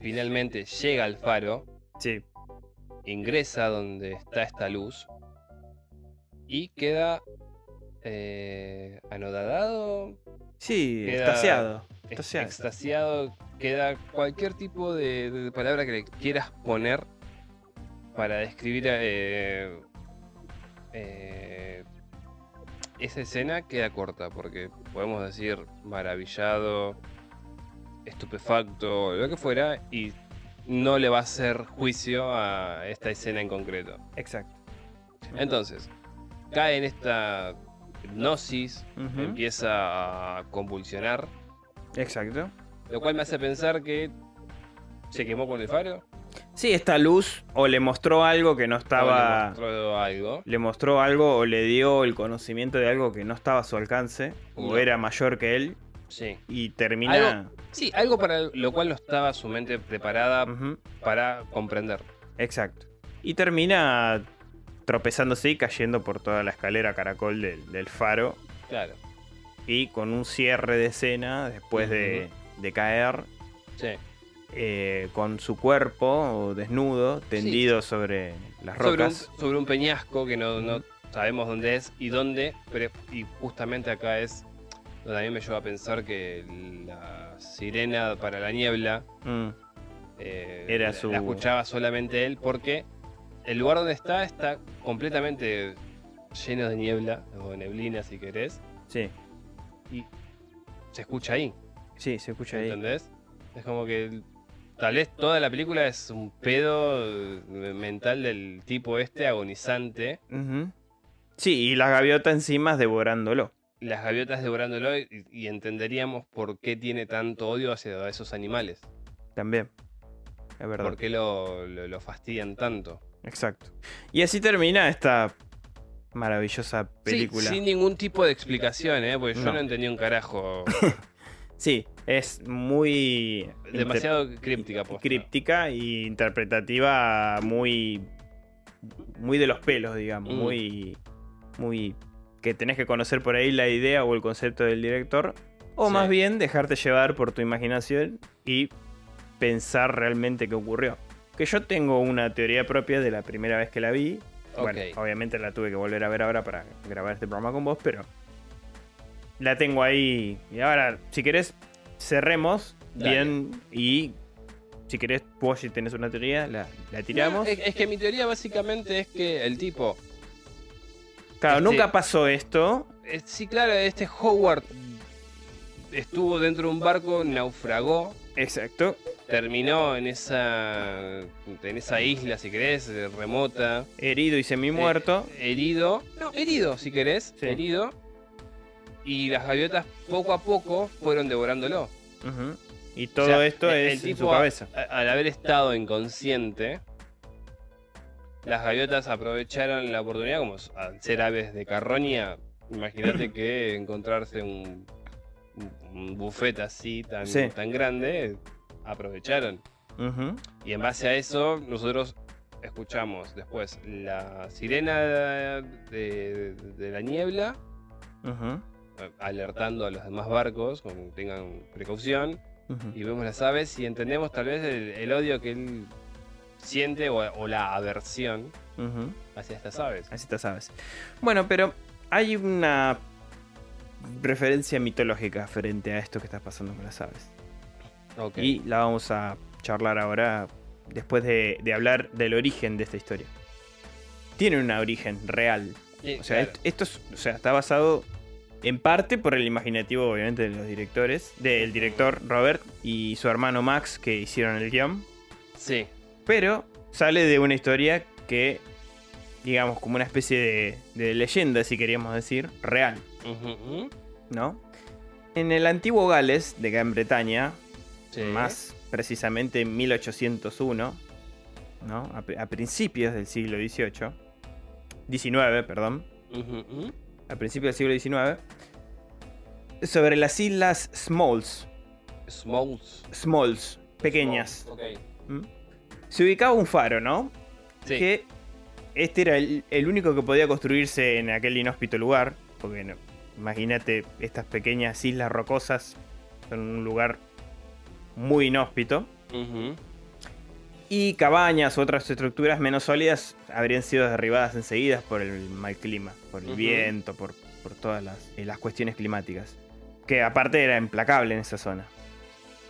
A: finalmente llega al faro,
B: Sí,
A: ingresa donde está esta luz, y queda eh, anodadado,
B: sí,
A: Queda-
B: extasiado.
A: ex-
B: Extasiado.
A: extasiado, queda cualquier tipo de, de palabra que le quieras poner para describir eh, eh, esa escena queda corta, porque podemos decir maravillado, estupefacto, lo que fuera, y no le va a hacer juicio a esta escena en concreto.
B: Exacto.
A: Entonces, cae en esta hipnosis,
B: Ujú,
A: empieza a convulsionar,
B: Exacto.
A: lo cual me hace pensar que se quemó con el faro.
B: Sí, esta luz o le mostró algo que no
A: o le
B: estaba...
A: mostró algo.
B: le mostró algo o le dio el conocimiento de algo que no estaba a su alcance
A: No.
B: o era mayor que él
A: Sí.
B: y termina...
A: Sí, algo para lo cual no estaba su mente preparada
B: Ujú.
A: para comprender.
B: Exacto. Y termina tropezándose y cayendo por toda la escalera caracol del, del faro.
A: Claro.
B: Y con un cierre de escena después de, de caer,
A: Sí.
B: eh, con su cuerpo desnudo, tendido sobre las
A: Sobre un,
B: rocas.
A: sobre un peñasco que no, no sabemos dónde es y dónde, pero y justamente acá es donde a mí me lleva a pensar que la sirena para la niebla
B: Mm,
A: eh,
B: Era
A: la-
B: su-
A: la escuchaba solamente él porque el lugar donde está está completamente lleno de niebla o neblina si querés
B: sí,
A: y se escucha ahí,
B: sí, se escucha ahí.
A: ¿entendés? Es como que el- tal vez toda la película es un pedo eh, mental del tipo este agonizante,
B: Ujú. Sí, y la gaviota encima devorándolo.
A: las gaviotas devorándolo y, y entenderíamos por qué tiene tanto odio hacia esos animales,
B: También. Es verdad.
A: por qué lo, lo- lo fastidian tanto.
B: Exacto. Y así termina esta maravillosa
A: Sí,
B: película.
A: sin ningún tipo de explicación, ¿eh? Porque yo
B: No.
A: no entendí un carajo.
B: Sí, es muy inter-
A: Demasiado críptica, pues, posta.
B: críptica y interpretativa muy muy de los pelos, digamos,
A: Mm.
B: muy muy que tenés que conocer por ahí la idea o el concepto del director o
A: Sí.
B: más bien dejarte llevar por tu imaginación y pensar realmente qué ocurrió. Que yo tengo una teoría propia de la primera vez que la vi. Bueno,
A: Ok.
B: obviamente la tuve que volver a ver ahora para grabar este programa con vos, pero la tengo ahí. Y ahora, si querés, cerremos
A: Dale.
B: bien y si querés, vos si tenés una teoría, la, la tiramos.
A: No, es, es que mi teoría básicamente es que el tipo.
B: claro,
A: este-
B: nunca pasó esto.
A: eh, sí, claro, este Howard estuvo dentro de un barco, naufragó,
B: Exacto.
A: terminó en esa. en esa isla, si querés, eh, remota.
B: Herido y semi-muerto.
A: eh, herido. No, herido, si querés.
B: Sí.
A: Herido. Y las gaviotas poco a poco fueron devorándolo.
B: Ujú. Y todo
A: Eh, O sea,
B: esto
A: el-
B: es
A: el
B: en su
A: tipo a-
B: cabeza.
A: a- al haber estado inconsciente, las gaviotas aprovecharon la oportunidad, como s- al ser aves de carroña, imagínate que encontrarse un, un- un buffet así tan,
B: Sí.
A: tan grande, aprovecharon.
B: Ujú.
A: Y en base a eso, nosotros escuchamos después la sirena de, de la niebla,
B: Ujú.
A: eh, alertando a los demás barcos, con tengan precaución
B: Ujú.
A: y vemos las aves y entendemos tal vez el, el odio que él siente o, o la aversión
B: Ujú.
A: hacia estas aves.
B: Así te sabes. Bueno, pero hay una referencia mitológica frente a esto que está pasando con las aves.
A: Ok.
B: Y la vamos a charlar ahora después de, de hablar del origen de esta historia. Tiene un origen real.
A: Sí,
B: O sea,
A: claro.
B: est- esto es- o sea, está basado en parte por el imaginativo, obviamente, de los directores, del director Robert y su hermano Max que hicieron el guión
A: sí,
B: pero sale de una historia que, digamos, como una especie de, de leyenda, si queríamos decir, real,
A: Ujú, ujú.
B: ¿no? En el antiguo Gales de Gran Bretaña,
A: Sí.
B: más precisamente en 1801, ¿no? A, pri- a principios del siglo XVIII, 19, perdón,
A: Ujú, ujú.
B: a principios del siglo XIX, sobre las islas Smalls,
A: Smalls.
B: Smalls, pequeñas,
A: Smalls, ok.
B: ¿m? se ubicaba un faro, ¿no?
A: Sí.
B: que este era el, el único que podía construirse en aquel inhóspito lugar. Porque no, imagínate, estas pequeñas islas rocosas son un lugar muy inhóspito.
A: Ujú.
B: Y cabañas u otras estructuras menos sólidas habrían sido derribadas enseguida por el mal clima, por el
A: Ujú.
B: viento, por, por todas las, eh, las cuestiones climáticas. Que aparte era implacable en esa zona.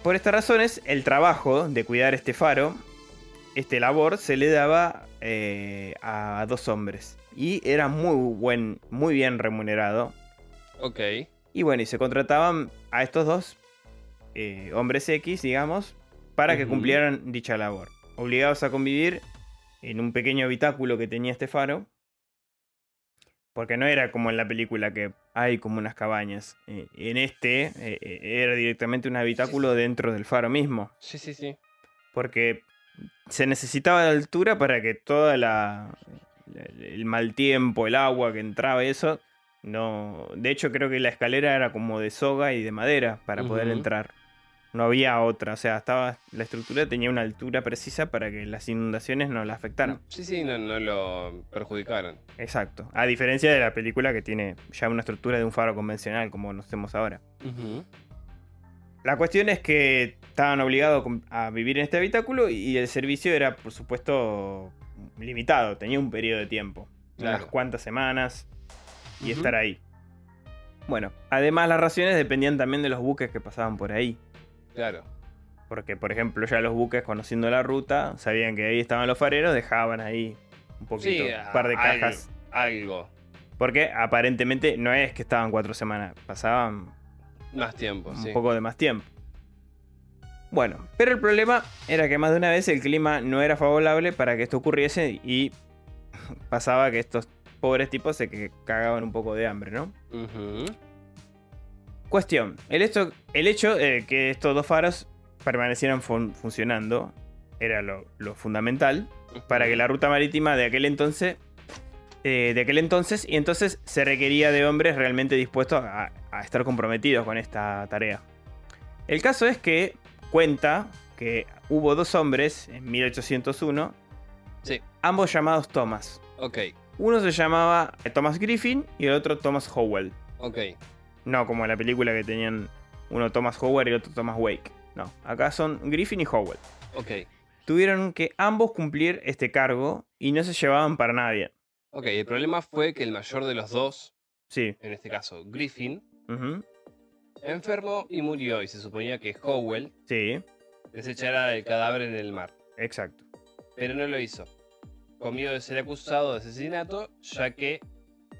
B: Por estas razones, el trabajo de cuidar este faro, este labor, se le daba eh, a dos hombres. Y era muy, buen, muy bien remunerado.
A: Ok.
B: Y bueno, y se contrataban a estos dos eh, hombres X, digamos, para que
A: Ujú.
B: cumplieran dicha labor. Obligados a convivir en un pequeño habitáculo que tenía este faro. Porque no era como en la película que hay como unas cabañas. Eh, en este eh, eh, era directamente un habitáculo dentro del faro mismo.
A: Sí, sí, sí.
B: Porque se necesitaba de altura para que toda la. el mal tiempo, el agua que entraba y eso. No. De hecho, creo que la escalera era como de soga y de madera para poder
A: Ujú.
B: entrar. No había otra. O sea, estaba. La estructura tenía una altura precisa para que las inundaciones no la afectaran.
A: Sí, sí, no, no lo perjudicaron.
B: Exacto. A diferencia de la película que tiene ya una estructura de un faro convencional, como conocemos ahora.
A: Ujú.
B: La cuestión es que estaban obligados com- a vivir en este habitáculo y el servicio era, por supuesto, limitado. Tenía un periodo de tiempo. Unas
A: Claro.
B: cuantas semanas y
A: Ujú.
B: estar ahí. Bueno, además las raciones dependían también de los buques que pasaban por ahí.
A: Claro.
B: Porque, por ejemplo, ya los buques, conociendo la ruta, sabían que ahí estaban los fareros, dejaban ahí un poquito,
A: Sí,
B: un par de
A: a-
B: cajas.
A: Algo.
B: Porque aparentemente no es que estaban cuatro semanas, pasaban
A: Más tiempo,
B: un
A: sí.
B: poco de más tiempo. Bueno, pero el problema era que más de una vez el clima no era favorable para que esto ocurriese y pasaba que estos pobres tipos se que- cagaban un poco de hambre, ¿no?
A: Ujú.
B: Cuestión, el, esto- el hecho de que estos dos faros permanecieran fun- funcionando era lo, lo fundamental para que la ruta marítima de aquel entonces eh, de aquel entonces y entonces se requería de hombres realmente dispuestos a, a estar comprometidos con esta tarea. El caso es que cuenta que hubo dos hombres en 1801,
A: Sí,
B: ambos llamados Thomas.
A: ok,
B: Uno se llamaba eh, Thomas Griffin y el otro Thomas Howell.
A: ok.
B: No, como en la película que tenían uno Thomas Howell y el otro Thomas Wake. No, acá son Griffin y Howell.
A: Ok,
B: Tuvieron que ambos cumplir este cargo y no se llevaban para nadie.
A: ok. El problema fue que el mayor de los dos,
B: Sí.
A: en este caso Griffin,
B: ujú,
A: enfermó y murió y se suponía que Howell
B: Sí,
A: desechara el cadáver en el mar,
B: exacto.
A: pero no lo hizo. Con miedo de ser acusado de asesinato, ya que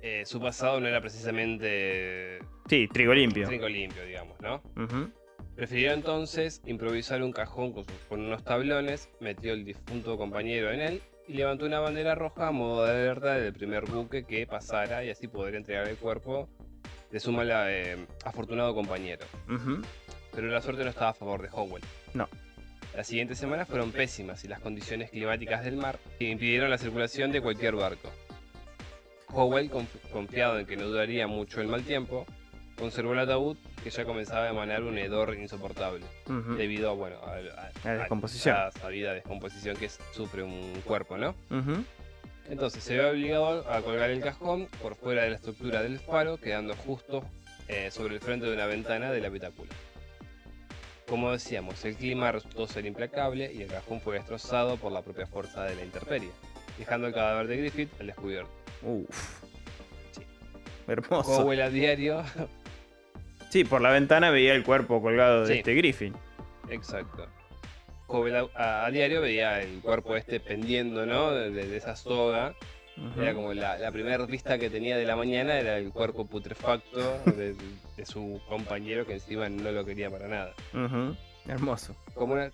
A: eh, su pasado no era precisamente
B: Sí, trigo limpio.
A: trinco limpio, digamos, ¿no?
B: ujú,
A: Prefirió entonces improvisar un cajón con, sus- con unos tablones, metió el difunto compañero en él y levantó una bandera roja a modo de alerta del primer buque que pasara y así poder entregar el cuerpo de su mal eh, afortunado compañero.
B: ujú.
A: Pero la suerte no estaba a favor de Howell.
B: No.
A: Las siguientes semanas fueron pésimas y las condiciones climáticas del mar impidieron la circulación de cualquier barco. Howell, conf- confiado en que no duraría mucho el mal tiempo, conservó el ataúd que ya comenzaba a emanar un hedor insoportable
B: Ujú,
A: debido a, bueno, a, a-
B: Mm. La
A: a-
B: descomposición.
A: a la sabida descomposición que sufre un cuerpo, ¿no?
B: ujú,
A: Entonces se ve obligado a colgar el cajón por fuera de la estructura del faro, quedando justo eh, sobre el frente de una ventana del habitáculo. Como decíamos, el clima resultó ser implacable y el cajón fue destrozado por la propia fuerza de la intemperie, dejando el cadáver de Griffith al descubierto.
B: Uf.
A: Sí.
B: Hermoso.
A: Howell a diario,
B: Sí, por la ventana veía el cuerpo colgado de
A: Sí.
B: este Griffin.
A: exacto. Howell a, a diario veía el cuerpo este pendiendo, ¿no? De, de esa soga.
B: Ujú.
A: Era como la, la primera vista que tenía de la mañana, era el cuerpo putrefacto de, de su compañero que encima no lo quería para nada.
B: Ujú, Hermoso.
A: Como una,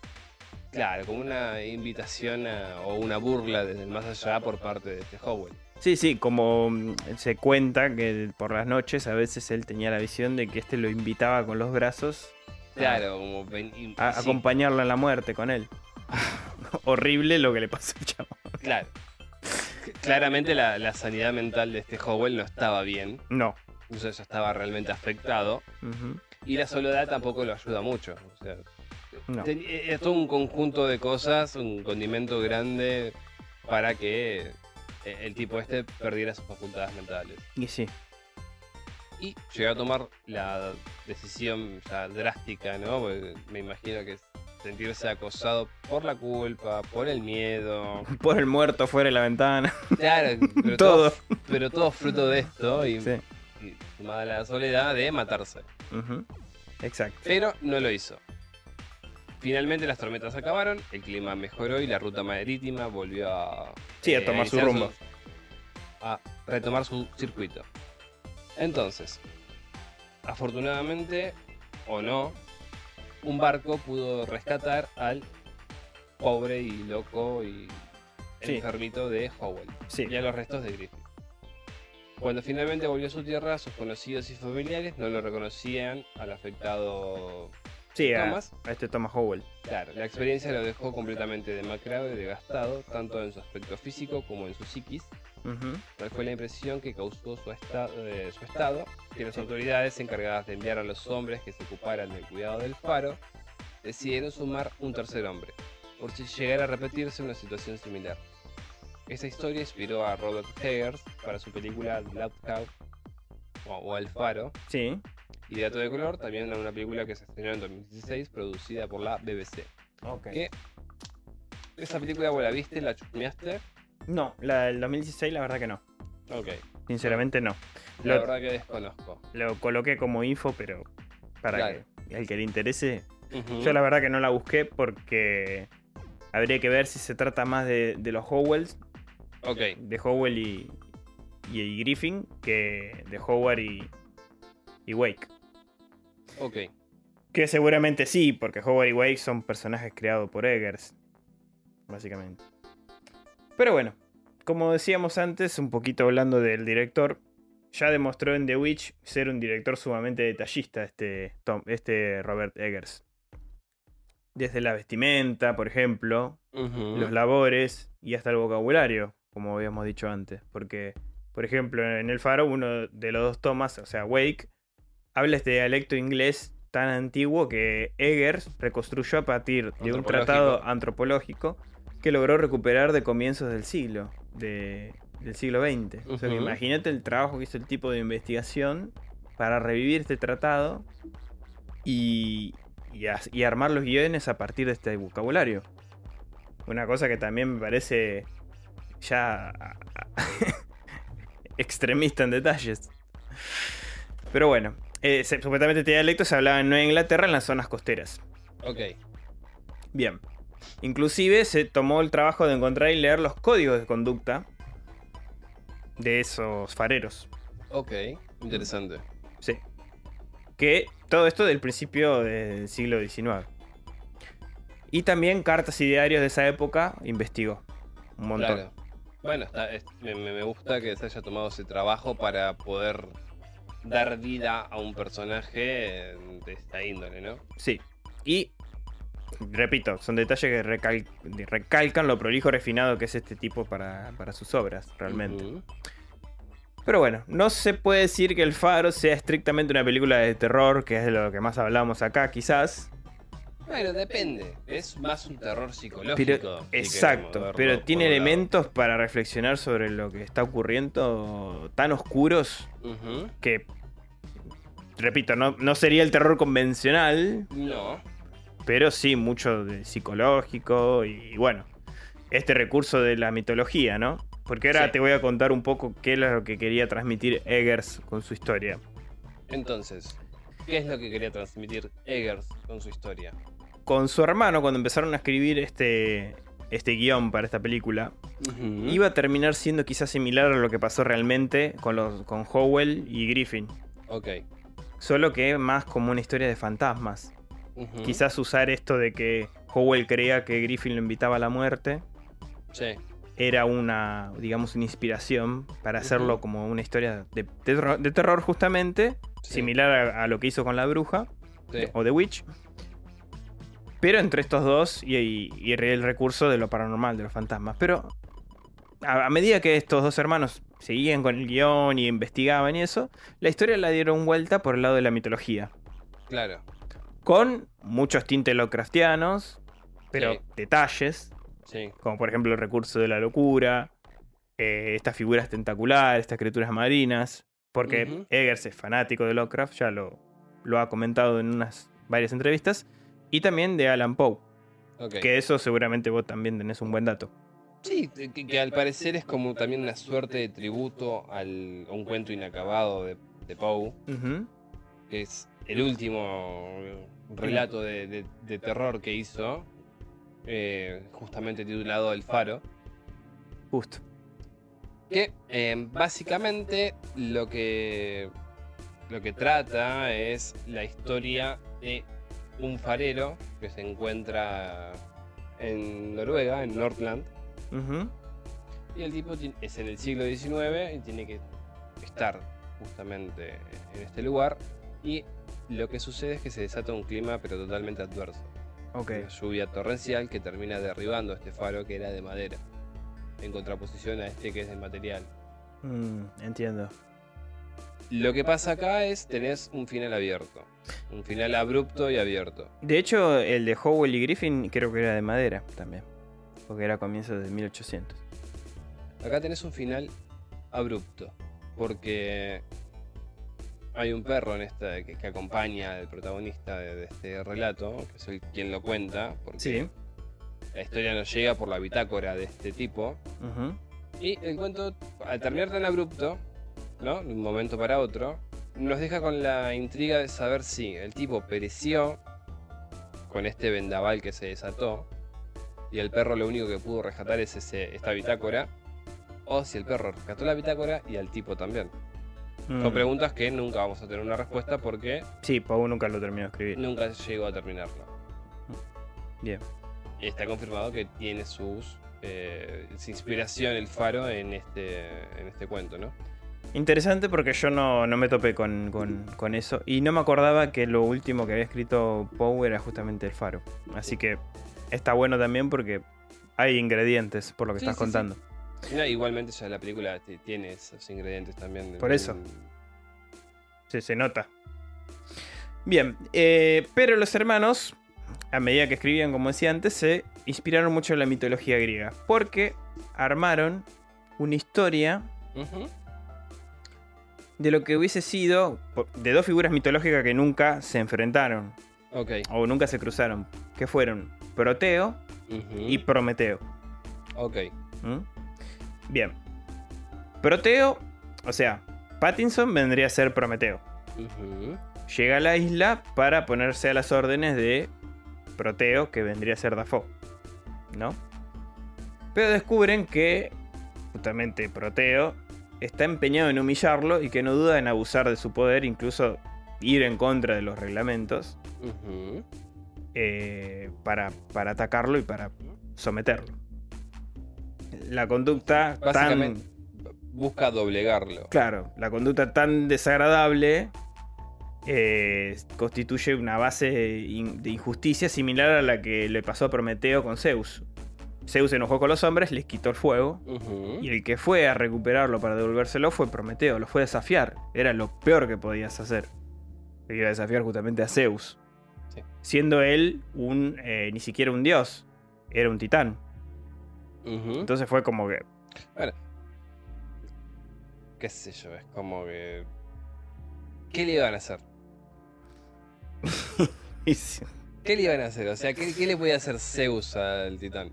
A: claro, como una invitación a- o una burla desde el más allá por parte de este Howell.
B: Sí, sí, como mm, se cuenta que por las noches a veces él tenía la visión de que este lo invitaba con los brazos
A: Claro, como ven- y-
B: a
A: sí,
B: acompañarlo en la muerte con él. Horrible lo que le pasó al chavo.
A: claro. Claramente la, la sanidad mental de este Howell no estaba bien,
B: No.
A: o sea, ya estaba realmente afectado.
B: Ujú,
A: Y la soledad tampoco lo ayuda mucho. O sea,
B: No.
A: Ten- eh, Es todo un conjunto de cosas, un condimento grande para que eh, el tipo este perdiera sus facultades mentales.
B: Y sí.
A: Y llegó a tomar la decisión ya drástica, ¿no? Porque me imagino que es sentirse acosado por la culpa, por el miedo.
B: Por el muerto fuera de la ventana.
A: Claro, pero
B: Todo.
A: todo, pero todo fruto de esto y,
B: Sí.
A: y sumada a la soledad de matarse.
B: Ujú, Exacto.
A: pero no lo hizo. Finalmente las tormentas acabaron, el clima mejoró y la ruta marítima volvió a...
B: Sí, a tomar su
A: iniciar
B: rumbo.
A: Eh, a retomar su circuito. Entonces, afortunadamente o no, un barco pudo rescatar al pobre y loco y
B: Sí.
A: enfermito de Howell
B: Sí.
A: y a los restos de Griffith. Cuando finalmente volvió a su tierra, sus conocidos y familiares no lo reconocían al afectado
B: Sí, a,
A: Thomas.
B: a este Thomas Howell.
A: Claro, la experiencia lo dejó completamente demacrado y desgastado, tanto en su aspecto físico como en su psiquis.
B: Ujú,
A: Tal fue la impresión que causó su, esta- eh, su estado, que las autoridades encargadas de enviar a los hombres que se ocuparan del cuidado del faro decidieron sumar un tercer hombre, por si llegara a repetirse una situación similar. Esta historia inspiró a Robert Eggers para su película Loud Cow o, o El Faro,
B: Sí.
A: y Dato de Color, también una película que se estrenó en 2016 producida por la BBC.
B: Ok.
A: ¿Qué? ¿Esa película vos la viste? ¿La chusmeaste?
B: No, la del 2016 la verdad que no.
A: Ok,
B: Sinceramente no.
A: la
B: Lo-
A: verdad que desconozco.
B: Lo coloqué como info, pero para
A: Claro.
B: que al que le interese.
A: Ujú.
B: Yo la verdad que no la busqué porque habría que ver si se trata más de, de los Howells,
A: Ok.
B: de Howell y, y, y Griffin, que de Howard y, y Wake.
A: Ok,
B: Que seguramente sí, porque Howard y Wake son personajes creados por Eggers, básicamente. Pero bueno, como decíamos antes, un poquito hablando del director, ya demostró en The Witch ser un director sumamente detallista este, Tom- este Robert Eggers. Desde la vestimenta, por ejemplo,
A: Ujú.
B: los labores y hasta el vocabulario, como habíamos dicho antes, porque Por ejemplo, en El Faro, uno de los dos tomas, o sea, Wake, habla este dialecto inglés tan antiguo que Eggers reconstruyó a partir de un
A: Antropológico.
B: tratado antropológico que logró recuperar de comienzos del siglo, de- del siglo XX. O sea, que
A: Ujú.
B: imagínate el trabajo que hizo el tipo de investigación para revivir este tratado y, y as- y armar los guiones a partir de este vocabulario. Una cosa que también me parece ya a- a- extremista en detalles. Pero bueno, eh, se- supuestamente este dialecto se hablaba en Nueva Inglaterra en las zonas costeras.
A: Ok.
B: Bien. Inclusive se tomó el trabajo de encontrar y leer los códigos de conducta de esos fareros.
A: Ok. Interesante.
B: Sí. Que todo esto del principio del siglo XIX. Y también cartas y diarios de esa época investigó. Un montón.
A: Claro. Bueno, está- es- me, me- me gusta que se haya tomado ese trabajo para poder dar vida a un personaje eh, de esta índole, ¿no?
B: Sí. Y, repito, son detalles que recal- recalcan lo prolijo refinado que es este tipo para, para sus obras, realmente.
A: Ujú.
B: Pero bueno, no se puede decir que El Faro sea estrictamente una película de terror, que es de lo que más hablamos acá, quizás.
A: Bueno, depende. Es más un terror psicológico.
B: Pero,
A: si queremos
B: exacto,
A: verlo
B: pero
A: por
B: tiene
A: un lado.
B: elementos para reflexionar sobre lo que está ocurriendo tan oscuros
A: Ujú.
B: que, repito, no, no sería el terror convencional,
A: No.
B: pero sí mucho de psicológico y, bueno, este recurso de la mitología, ¿no? Porque ahora
A: Sí.
B: te voy a contar un poco qué es lo que quería transmitir Eggers con su historia.
A: Entonces, ¿qué es lo que quería transmitir Eggers con su historia?
B: Con su hermano, cuando empezaron a escribir este, este guión para esta película,
A: Ujú.
B: iba a terminar siendo quizás similar a lo que pasó realmente con, los, con Howell y Griffin,
A: Ok.
B: solo que más como una historia de fantasmas.
A: Ujú.
B: Quizás usar esto de que Howell creía que Griffin lo invitaba a la muerte,
A: Sí.
B: era una, digamos, una inspiración para
A: Ujú.
B: hacerlo como una historia de, de terror- de terror justamente,
A: Sí.
B: similar a, a lo que hizo con la bruja
A: Sí.
B: o The Witch. Pero entre estos dos y, y- y el recurso de lo paranormal, de los fantasmas. Pero a, a medida que estos dos hermanos seguían con el guión y investigaban y eso, la historia la dieron vuelta por el lado de la mitología.
A: Claro.
B: Con muchos tintes lovecraftianos, pero
A: Sí.
B: detalles,
A: Sí.
B: como por ejemplo el recurso de la locura, eh, estas figuras tentaculares, estas criaturas marinas, porque
A: Ujú.
B: Eggers es fanático de Lovecraft, ya lo, lo ha comentado en unas varias entrevistas, y también de Alan Poe,
A: Ok.
B: que eso seguramente vos también tenés un buen dato.
A: Sí, que, que- que al parecer es como también una suerte de tributo al, a un cuento inacabado de, de Poe,
B: Ujú.
A: que es el último relato de, de- de terror que hizo, eh, justamente titulado El Faro.
B: Justo.
A: Que eh, básicamente lo que, lo que trata es la historia de un farero que se encuentra en Noruega, en Nordland.
B: Ujú.
A: Y el tipo ti- es en el siglo XIX y tiene que estar justamente en este lugar. Y lo que sucede es que se desata un clima pero totalmente adverso.
B: Ok.
A: Una lluvia torrencial que termina derribando este faro que era de madera. En contraposición a este que es de material.
B: Mm, entiendo.
A: Lo que pasa acá es tenés un final abierto. Un final abrupto y abierto.
B: De hecho, el de Howell y Griffin creo que era de madera también, porque era a comienzos de 1800.
A: Acá tenés un final abrupto. Porque hay un perro en esta que, que acompaña al protagonista de, de este relato, que es el quien lo cuenta, porque la historia nos llega por la bitácora de este tipo.
B: Ujú.
A: Y el cuento, al terminar tan abrupto, ¿no? De un momento para otro, nos deja con la intriga de saber si el tipo pereció con este vendaval que se desató y el perro lo único que pudo rescatar es ese, esta bitácora, o si el perro rescató la bitácora y al tipo también. Son
B: Mm.
A: preguntas que nunca vamos a tener una respuesta porque
B: Sí, Poe nunca lo terminó de escribir.
A: nunca llegó a terminarlo.
B: Bien.
A: Y está confirmado que tiene sus, eh, su inspiración el faro en este, en este cuento, ¿no?
B: Interesante porque yo no, no me topé con, con- con eso. Y no me acordaba que lo último que había escrito Poe era justamente el faro. Así que está bueno también porque hay ingredientes por lo que
A: Sí,
B: estás
A: sí, sí.
B: contando.
A: No, igualmente ya la película te- tiene esos ingredientes también.
B: Por eso.
A: Mm,
B: Se, se nota. Bien, eh, pero los hermanos, a medida que escribían, como decía antes, se inspiraron mucho en la mitología griega. Porque armaron una historia
A: ujú.
B: de lo que hubiese sido por- de dos figuras mitológicas que nunca se enfrentaron
A: Ok.
B: o nunca se cruzaron, que fueron Proteo
A: ujú,
B: y Prometeo.
A: Ok.
B: ¿Mm? Bien. Proteo, o sea, Pattinson vendría a ser Prometeo.
A: ujú,
B: Llega a la isla para ponerse a las órdenes de Proteo, que vendría a ser Dafoe. ¿No? Pero descubren que justamente Proteo está empeñado en humillarlo y que no duda en abusar de su poder, incluso ir en contra de los reglamentos
A: ujú,
B: eh, para, para atacarlo y para someterlo. La conducta tan
A: Básicamente- Busca doblegarlo.
B: Claro, la conducta tan desagradable eh, constituye una base in- de injusticia similar a la que le pasó a Prometeo con Zeus. Zeus se enojó con los hombres, les quitó el fuego,
A: Ujú,
B: y el que fue a recuperarlo para devolvérselo fue Prometeo, lo fue a desafiar. Era lo peor que podías hacer. Te iba a desafiar justamente a Zeus.
A: Sí.
B: Siendo él un eh, ni siquiera un dios, era un titán.
A: ujú.
B: Entonces fue como que.
A: Qué sé yo, es como que. ¿Qué le iban a hacer? ¿Qué le iban a hacer? O sea, ¿qué, qué le podía hacer Zeus al titán?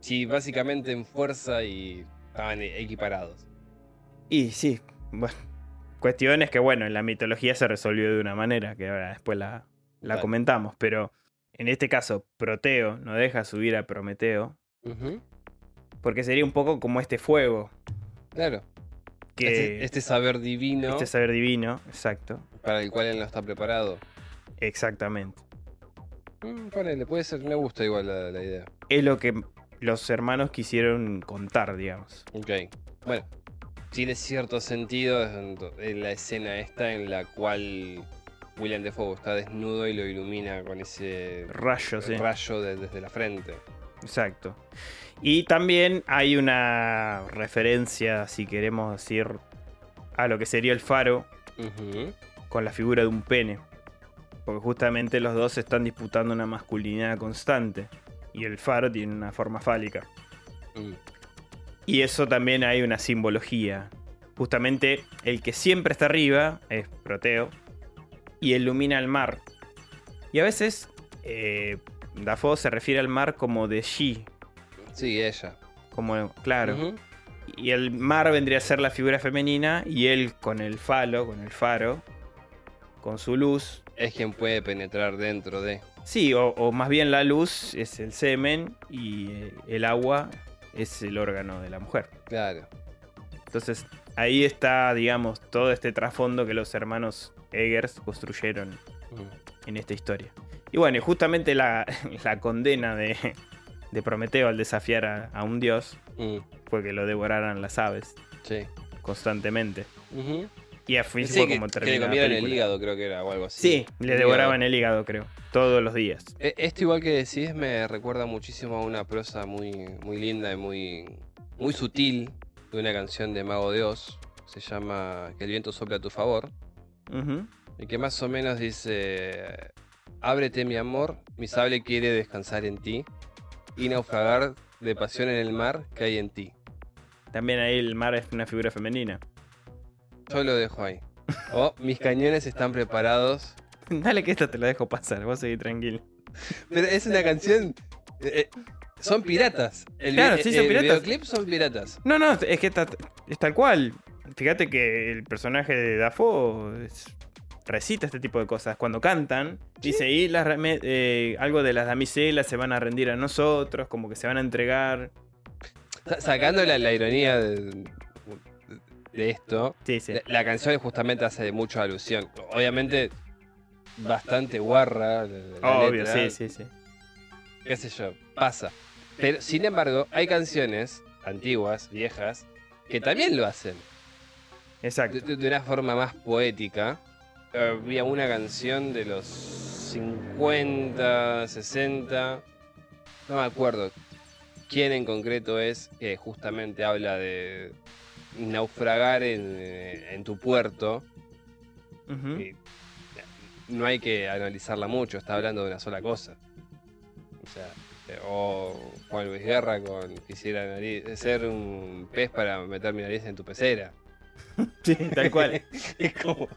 A: Si básicamente en fuerza y estaban e- equiparados.
B: Y sí, bueno. Cuestiones que, bueno, en la mitología se resolvió de una manera, que ahora después la, la
A: Dale.
B: comentamos, pero en este caso, Proteo no deja subir a Prometeo,
A: Ujú,
B: porque sería un poco como este fuego,
A: Claro.
B: que
A: Este,
B: este,
A: este saber divino
B: saber divino, exacto,
A: para el cual él no está preparado.
B: exactamente.
A: Mm, ponele, puede ser, me gusta igual la, la idea.
B: Es lo que los hermanos quisieron contar, digamos.
A: Ok. Bueno, tiene cierto sentido en to- en la escena esta en la cual William Defoe está desnudo y lo ilumina con ese
B: Rayos, Ah, sí.
A: rayo de- desde la frente.
B: Exacto. Y también hay una referencia, si queremos decir, a lo que sería el faro
A: Ujú,
B: con la figura de un pene. Porque justamente los dos están disputando una masculinidad constante. Y el faro tiene una forma fálica.
A: mm,
B: Y eso también hay una simbología. Justamente el que siempre está arriba es Proteo. Y ilumina el mar. Y a veces eh, Dafoe se refiere al mar como de she.
A: Sí, ella.
B: Como, claro.
A: Ujú,
B: Y el mar vendría a ser la figura femenina. Y él con el falo, con el faro. Con su luz,
A: Es quien puede penetrar dentro de.
B: Sí, o, o más bien la luz es el semen y eh, el agua es el órgano de la mujer.
A: Claro.
B: Entonces ahí está, digamos, todo este trasfondo que los hermanos Eggers construyeron
A: Mm,
B: en esta historia. Y bueno, y justamente la, la condena de, de Prometeo al desafiar a, a un dios
A: mm,
B: fue que lo devoraran las aves
A: Sí.
B: constantemente.
A: Ujú.
B: Y así
A: Sí,
B: fue
A: que,
B: como
A: que le
B: terminó la
A: comieron el
B: película.
A: hígado, creo que era, o algo así.
B: Sí, le
A: El
B: devoraban el hígado, creo, todos los días.
A: E- Esto igual que decís me recuerda muchísimo a una prosa muy, muy linda y muy, muy sutil de una canción de Mago de Oz. Se llama Que el viento sopla a tu favor.
B: Ujú.
A: Y que más o menos dice, ábrete mi amor, mi sable quiere descansar en ti y naufragar de pasión en el mar que hay en ti.
B: También ahí el mar es una figura femenina.
A: Yo lo dejo ahí. O mis cañones están preparados.
B: Dale que esta te la dejo pasar, vos seguí tranquilo.
A: Pero es una canción... eh, eh, son piratas. El, vi-
B: Claro, sí, son
A: el
B: piratas.
A: videoclip son piratas.
B: No, no, es que está, es tal cual. Fíjate que el personaje de Dafoe es- recita este tipo de cosas. Cuando cantan, dice, y las rame- eh, algo de las damiselas se van a rendir a nosotros, como que se van a entregar.
A: Sa- Sacando la, la ironía de, de esto,
B: Sí, sí.
A: la, la canción justamente hace mucha alusión. Obviamente, bastante guarra. la- la
B: Obvio,
A: letra,
B: sí, sí, sí.
A: Qué sé yo, pasa. Pero, sin embargo, hay canciones antiguas, viejas, que también lo hacen. De,
B: Exacto.
A: de- de una forma más poética. Había una canción de los 50, 60, no me acuerdo. quién en concreto es, que justamente habla de naufragar en, eh, en tu puerto.
B: Ujú.
A: Y no hay que analizarla mucho, está hablando de una sola cosa. O sea, eh, o Juan Luis Guerra con quisiera nariz- ser un pez para meter mi nariz en tu pecera.
B: Sí, tal cual,
A: es como.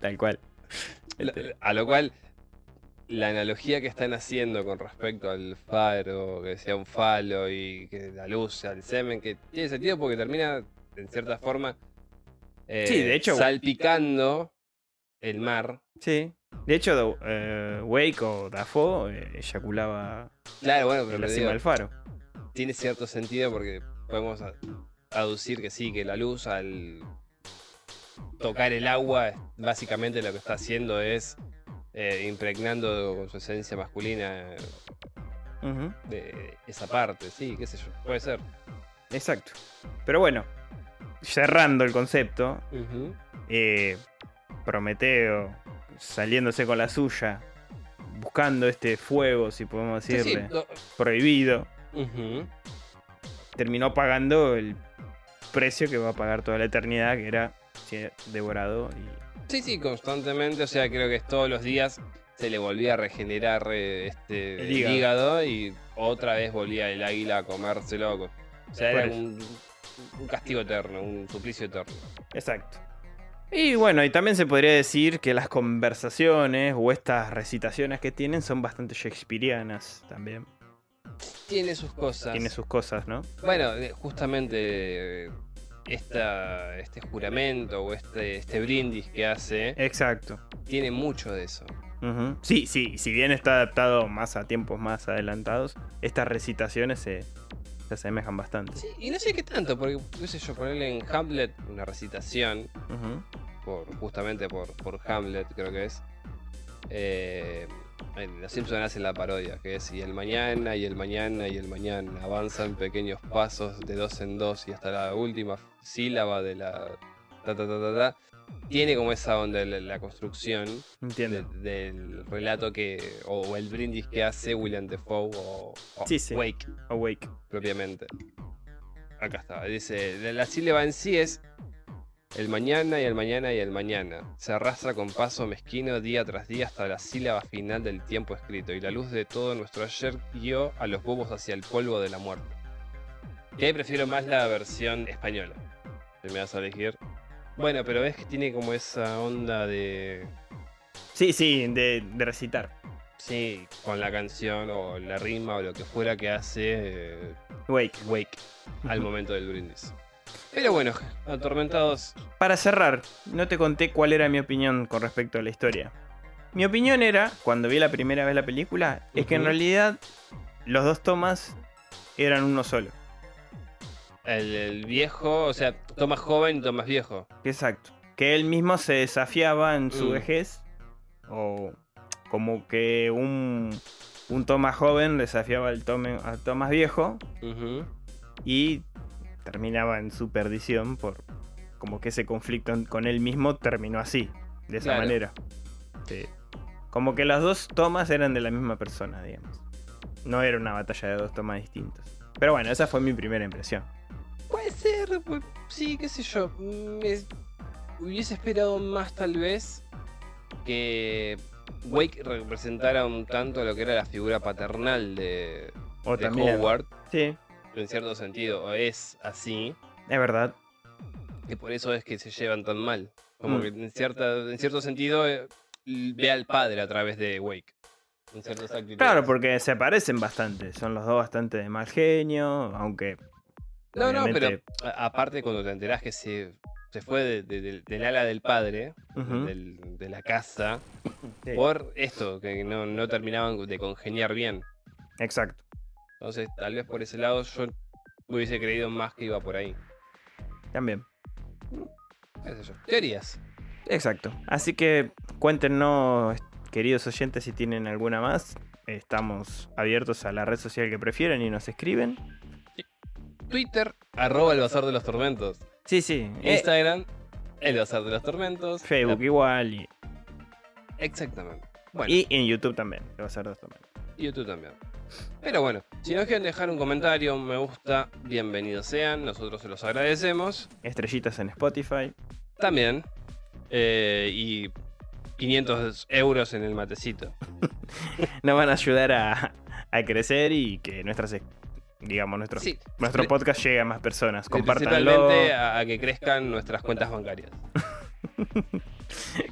B: tal cual.
A: la-
B: Este,
A: A lo cual, la analogía que están haciendo con respecto al faro, que sea un falo y que la luz sea el semen, que tiene sentido porque termina, en cierta forma,
B: Sí,
A: eh,
B: de hecho-
A: salpicando el mar.
B: sí. De hecho, eh, Wake o Dafoe eh, eyaculaba
A: Claro, bueno, pero
B: en la
A: te
B: cima
A: digo,
B: del faro.
A: tiene cierto sentido porque podemos a- aducir que sí, que la luz al tocar el agua, básicamente lo que está haciendo es eh, impregnando con su esencia masculina eh,
B: Ujú.
A: de esa parte, sí, qué sé yo, puede ser.
B: Exacto. Pero bueno, cerrando el concepto, eh, Prometeo saliéndose con la suya, buscando este fuego, si podemos
A: Sí, sí,
B: decirle,
A: lo-
B: prohibido,
A: ujú,
B: terminó pagando el precio que va a pagar toda la eternidad, que era ser devorado. Y...
A: sí, sí, constantemente, o sea, creo que es todos los días se le volvía a regenerar eh, este,
B: El
A: el,
B: hígado.
A: hígado. y otra vez volvía el águila a comérselo. O sea,
B: Por
A: era
B: eso.
A: un, un castigo eterno, un suplicio eterno.
B: Exacto. Y bueno, y también se podría decir que las conversaciones o estas recitaciones que tienen son bastante shakespearianas también.
A: Tiene sus cosas.
B: Tiene sus cosas, ¿no?
A: Bueno, eh, justamente eh, esta, este juramento o este, este brindis que hace
B: Exacto.
A: tiene mucho de eso.
B: Ujú. Sí, sí, y si bien está adaptado más a tiempos más adelantados, estas recitaciones se, se asemejan bastante.
A: Sí, y no sé qué tanto, porque, qué sé yo, ponerle en Hamlet una recitación,
B: Ujú.
A: por, justamente por, por Hamlet, creo que es. Eh, en Los Simpsons hacen la parodia, que es y el mañana, y el mañana, y el mañana. Avanzan pequeños pasos de dos en dos y hasta la última sílaba de la. Ta, ta, ta, ta, ta. Tiene como esa onda la, la construcción de-
B: Entiendo.
A: del relato que. O, o el brindis que hace William Defoe o, o
B: Sí, sí.
A: Wake
B: Awake.
A: propiamente. Acá está, dice, la- la sílaba en sí es el mañana y el mañana y el mañana. Se arrastra con paso mezquino día tras día hasta la sílaba final del tiempo escrito y la luz de todo nuestro ayer guió a los bobos hacia el polvo de la muerte. Que ahí prefiero más la versión española. Si me vas a elegir. Bueno, pero ves que tiene como esa onda de...
B: Sí, sí, de, de recitar.
A: Sí, con la canción o la rima o lo que fuera que hace eh,
B: Wake.
A: Wake al
B: Ujú.
A: momento del brindis. Pero bueno, atormentados.
B: Para cerrar, no te conté cuál era mi opinión con respecto a la historia. Mi opinión era, cuando vi la primera vez la película, es que en
A: Ujú.
B: realidad los dos tomas eran uno solo.
A: El, el viejo, o sea, Tomás joven y Tomás viejo.
B: Exacto. Que él mismo se desafiaba en su
A: Mm.
B: vejez. O como que un, un Thomas joven desafiaba al, Tome- al Thomas viejo.
A: Ujú.
B: Y terminaba en su perdición por como que ese conflicto en- con él mismo terminó así. De esa
A: Claro.
B: manera. Sí. Como que las dos tomas eran de la misma persona, digamos. No era una batalla de dos tomas distintas. Pero bueno, esa fue mi primera impresión.
A: Puede ser, pu- sí, qué sé yo. Me hubiese esperado más tal vez que Wake representara un tanto lo que era la figura paternal de,
B: O
A: de
B: Oh, también.
A: Howard,
B: Sí,
A: en cierto sentido, o es así,
B: es verdad.
A: que por eso es que se llevan tan mal. Como
B: Mm.
A: que en, cierta, en cierto sentido eh, l- ve al padre a través de Wake. En ciertas actitudes.
B: Claro, porque se parecen bastante. Son los dos bastante de mal genio, aunque.
A: No, no, pero
B: obviamente-
A: a- aparte cuando te enterás que se, se fue de- de- del- del ala del padre,
B: Ujú.
A: del- de la casa,
B: Sí,
A: por esto, que no, no terminaban de congeniar bien.
B: Exacto.
A: Entonces, tal vez por ese lado yo hubiese creído más que iba por ahí.
B: También.
A: Qué sé yo. Teorías.
B: Exacto. Así que cuéntenos, queridos oyentes, si tienen alguna más. Estamos abiertos a la red social que prefieran y nos escriben.
A: Twitter, arroba el bazar de los tormentos.
B: Sí, sí. eh,
A: Instagram, el bazar de los tormentos.
B: Facebook igual. Y,
A: Exactamente. Bueno,
B: y en YouTube también. que va a ser dos también.
A: YouTube también. Pero bueno, si nos quieren dejar un comentario, un me gusta, bienvenidos sean, nosotros se los agradecemos.
B: Estrellitas en Spotify.
A: También. eh, y 500 euros en el matecito.
B: Nos van a ayudar a, a crecer y que nuestras, digamos, nuestro,
A: Sí,
B: nuestro
A: pri-
B: podcast llegue a más personas. Compártanlo,
A: Principalmente a, a que crezcan nuestras cuentas bancarias.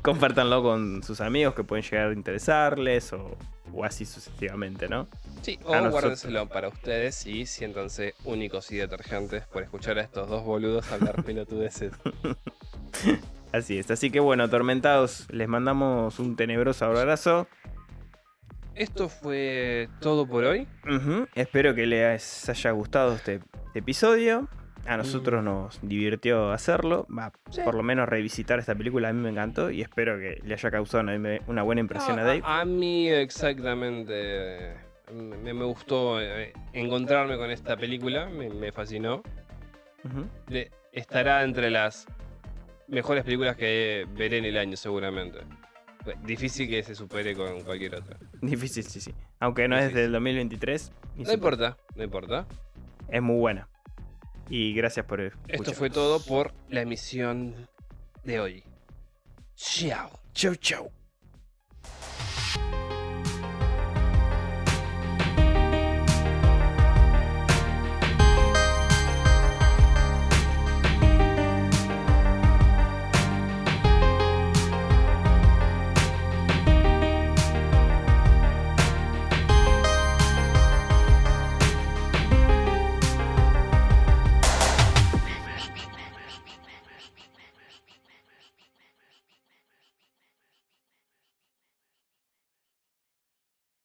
B: compártanlo con sus amigos que pueden llegar a interesarles o, o así sucesivamente, ¿no?
A: Sí,
B: A
A: o
B: nosotros.
A: guárdenselo para ustedes y siéntanse únicos y detergentes por escuchar a estos dos boludos hablar pelotudeces.
B: Así es. Así que bueno, atormentados, les mandamos un tenebroso abrazo.
A: Esto fue todo por hoy.
B: Ujú, Espero que les haya gustado este episodio. A nosotros nos divirtió hacerlo. Va,
A: Mm. Sí.
B: Por lo menos revisitar esta película a mí me encantó y espero que le haya causado una, una buena impresión a Dave.
A: A, a mí exactamente. Me, me gustó eh, encontrarme con esta película, me, me fascinó. ah.
B: Ujú.
A: Le- estará entre las mejores películas que veré en el año seguramente. Pues, Difícil que se supere con cualquier otra.
B: Difícil, sí, sí. Aunque no es
A: Difícil.
B: del 2023. y
A: No
B: sí,
A: importa, no importa.
B: Es muy buena. Y gracias por
A: Esto
B: escuchar.
A: fue todo por la emisión de hoy. Chao.
B: Chau, chau.